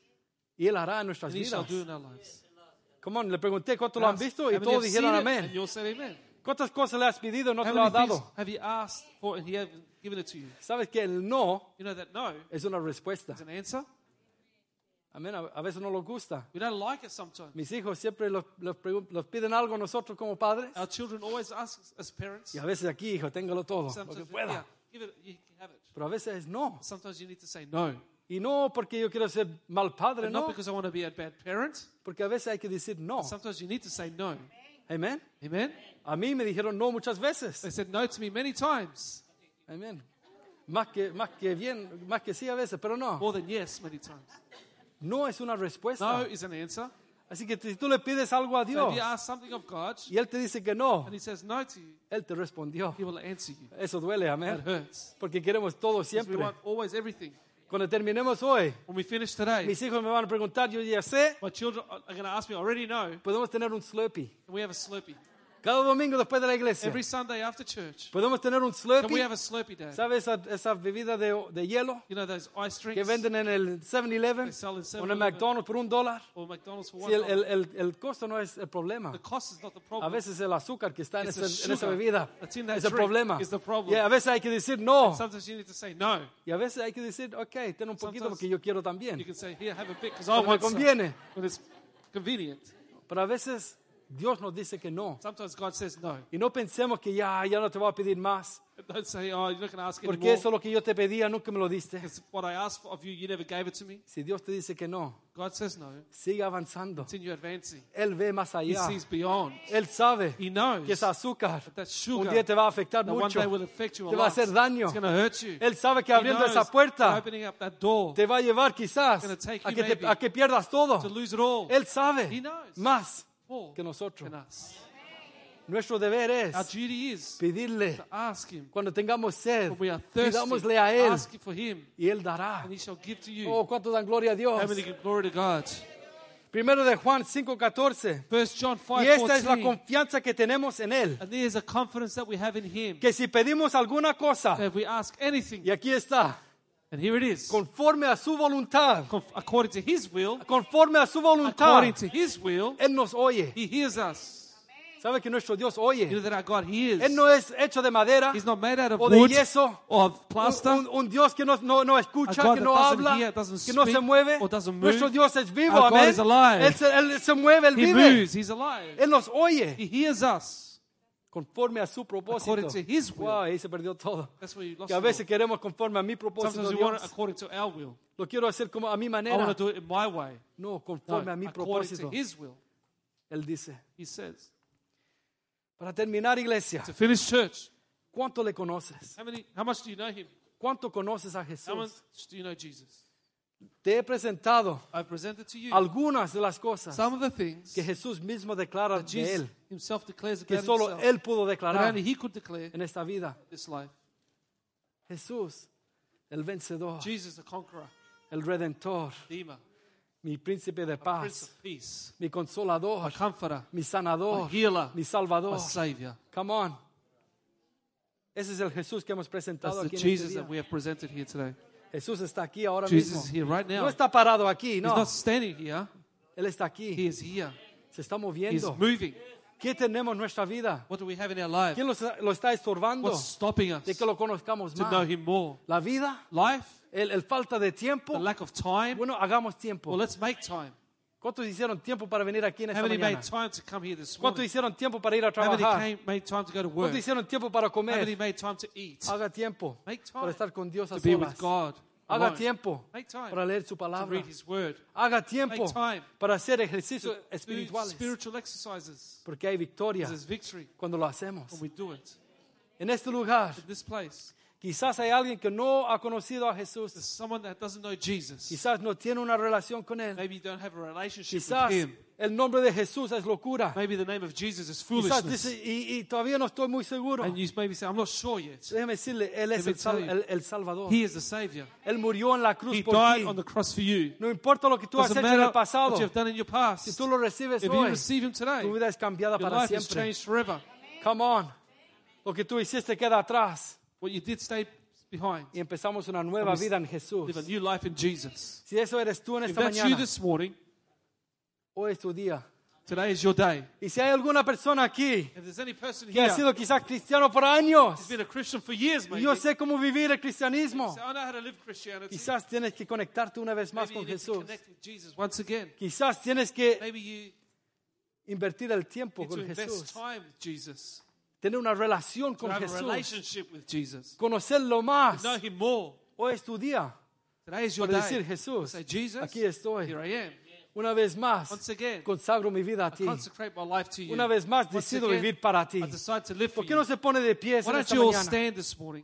y Él hará en nuestras And he shall vidas. do in our lives. Come on, le pregunté cuánto lo han Ask. visto How y many todos have seen dijeron it? And amén. you'll say amen. ¿Cuántas cosas le has pedido y no te How lo ha many things dado? have you asked for and he hasn't given it to you? Sabes que el no You know that no es una respuesta. is an answer. Amén. A, a veces no nos gusta. We don't like it sometimes. Mis hijos siempre los, los pregun- los piden algo a nosotros como padres. Our children always ask us as parents. Y a veces aquí, hijo, téngalo todo, lo que Sometimes, yeah, pueda. give it, you can have it. Pero a veces no. Sometimes you need to say no. Y no porque yo quiero ser mal padre, And not no. because I want to be a bad parent. Porque a veces hay que decir no. Sometimes you need to say no. Amén. Amen. A mí me dijeron no muchas veces. They said no to me many times. Amén. Más que, más que bien, más que sí a veces, pero no. More than yes, many times. No es una No respuesta. is an answer. Así que si tú le pides algo a So Dios if you ask something of God y Él te dice que no, and He says no to you, Él te respondió. He will answer you. Eso duele, That amén. hurts. Porque queremos todo 'Cause we siempre. want always everything. Cuando terminemos hoy, When we finish today, mis hijos me van a preguntar, yo ya sé, my children are going to ask me, I already know, and podemos tener un Slurpee. we have a Slurpee. Cada domingo después de la iglesia, Every Sunday after church, podemos tener un can we Slurpee. have a Slurpee day? ¿Sabe esa, esa bebida de, de hielo You know, those ice que drinks venden en el 7-Eleven They sell in o en el 7-Eleven. McDonald's por un dólar? or McDonald's for Si el, Ah, one. el, el, el costo no es el The problema. cost is not the A problem. veces el azúcar que está en, It's ese- the en esa sugar bebida that's in that es el drink problema. is the problem. Y a veces hay que decir no. Sometimes you need to say no. Y a veces hay que decir, ok, ten un poquito Sometimes- porque yo quiero You también. can say, here, have a bit, because I Cuando me want some. conviene. When it's convenient. Pero a veces Dios nos dice que no. Sometimes God says no. Y no pensemos que ya, ya no te voy a pedir más. Don't say, oh, you're not going to ask Porque anymore. eso es lo que yo te pedía, nunca me lo diste. Because what I asked of you, you never gave it to me. Si Dios te dice que no, God says no. sigue avanzando. Continue advancing. Él ve más He allá. sees beyond. Él sabe He knows que ese azúcar that un sugar día te va a afectar that one mucho. day will affect you a Te va a lot. hacer daño. It's going to hurt you. Él sabe que He abriendo knows esa puerta that opening up that door Te va a llevar quizás It's gonna take a you que, te- maybe a que pierdas todo. to lose it all. Él sabe He knows. más More que nosotros. than us. Nuestro deber Our es duty is pedirle to ask Him. cuando tengamos sed, When we are thirsty, pidámosle a Él ask for Him, y Él dará. and He shall give to you. Oh, cuánto dan gloria a Dios. How many give glory to God? Primero de Juan 5:14. First John Y 5, esta es la confianza que tenemos en Él. and there's a confidence that we have in Him. Que si pedimos alguna cosa, That if we ask anything, y aquí está, and here it is, conforme a su voluntad, Conf- according to His will, conforme a su voluntad, according to His will, Él nos oye. He hears us. ¿Sabe que nuestro Dios You know oye? that our God hears. Él no es hecho de madera. He's not made out of o de wood yeso, or of plaster. Un, un- un Dios que no, no, no escucha, A God que that no doesn't habla, hear, doesn't que no se speak, mueve. or doesn't move. Nuestro Dios es vivo, Our God amén. is alive. Él se, él se mueve, Él he vive. moves. He's alive. Él nos oye He hears us. conforme a su propósito. According to his will. Wow, ahí se perdió todo. That's where you lost Que a it all. veces queremos conforme a mi propósito, Sometimes we want it Dios. according to our will. Lo quiero hacer como a mi I manera. want to do it in my way. No, No, conforme a mi according to propósito. His will, Él dice. He says. Para terminar, iglesia, To finish church, ¿cuánto le conoces? how many? How much do you know Him? ¿Cuánto conoces a How much Jesús? do you know Jesus? Te he presentado I've presented to you algunas de las cosas some of the things que Jesús mismo declara that de Jesus Él. Himself declares que about solo Himself. Él pudo that declarar only He could declare en esta vida. this life. Jesús, el vencedor, Jesus, the Conqueror, el redentor, Redeemer, mi príncipe de Prince paz, of Peace, mi consolador, a Comforter, mi sanador, a healer, mi salvador. a Oh, Savior. Come on. Ese es el Jesús que hemos That's presentado the aquí en este Jesus día. that we have presented here today. Jesús está aquí ahora Jesus is mismo. here right now. No está parado aquí, He's no. not standing here. Él está He aquí. is here. Se está He is moviendo. moving. ¿Qué tenemos en nuestra vida? What do we have in our life? ¿Quién lo, está- lo está estorbando What's stopping us de que to lo conozcamos know más? Him more? ¿La vida? Life, ¿El, el falta de the tiempo? lack of time. Bueno, hagamos tiempo. Well, let's make time. ¿Cuántos hicieron tiempo para venir aquí en How esta many made mañana? time to come here this ¿Cuántos morning? hicieron tiempo para ir a How many trabajar? came, made time to go to work? ¿Cuántos How hicieron tiempo para many comer? made time to eat? Haga tiempo Make time para estar con Dios a To be with solas. God. Haga alone. tiempo Make time para leer su to palabra. read His Word. Haga tiempo Make time para hacer To ejercicios do espirituales. spiritual exercises. Porque hay victoria This is victory cuando lo hacemos. when we do it. En este lugar, In this place, quizás hay alguien que no ha conocido a there's Jesús. someone that doesn't know Jesus. Quizás no tiene una relación con Él. Maybe you don't have a relationship Quizás with Him. el nombre de Jesús es locura. Maybe the name of Jesus is Quizás foolishness. dice, y, y todavía no estoy muy seguro. And you maybe say, I'm not sure yet. Déjame decirle, Él es Let me el, sal- tell you. el- el Salvador. He is the Savior. Él murió en la cruz He por died ti. on the cross for you. No importa lo que tú has Doesn't hecho en matter el pasado, what you've done in your si past. tú lo recibes If you hoy, receive Him today, tu vida es cambiada your para life has siempre. changed forever. Come on. Lo que tú hiciste queda atrás What you did stay behind. y empezamos una nueva And we vida en Jesús. Live a new life in Jesus. Si eso eres tú en If esta that's you mañana, this morning, hoy es tu día Today is your day. Y si hay alguna persona aquí If there's any person que here ha who's sido quizás cristiano por años, been a Christian for years, y maybe, yo say, sé cómo vivir el cristianismo, I know how to live Christianity. quizás tienes que conectarte una vez más Maybe you con need to Jesús. connect with Jesus once again. Quizás tienes que Maybe you invertir el tiempo need to con invest Jesús, time with Jesus. tener una relación To con have a Jesús, relationship with Jesus. conocerlo más. Know Him more. Hoy es tu día Today is your para decir, day. Jesús, Say, Jesus, aquí estoy. here I am. Una vez más, Once again, consagro mi vida a I ti. consecrate my life to you. Una vez más, Once decido again, vivir para ti. I decide to live for ¿Por qué you. no se pone de pie en Why don't esta you all mañana? stand this morning?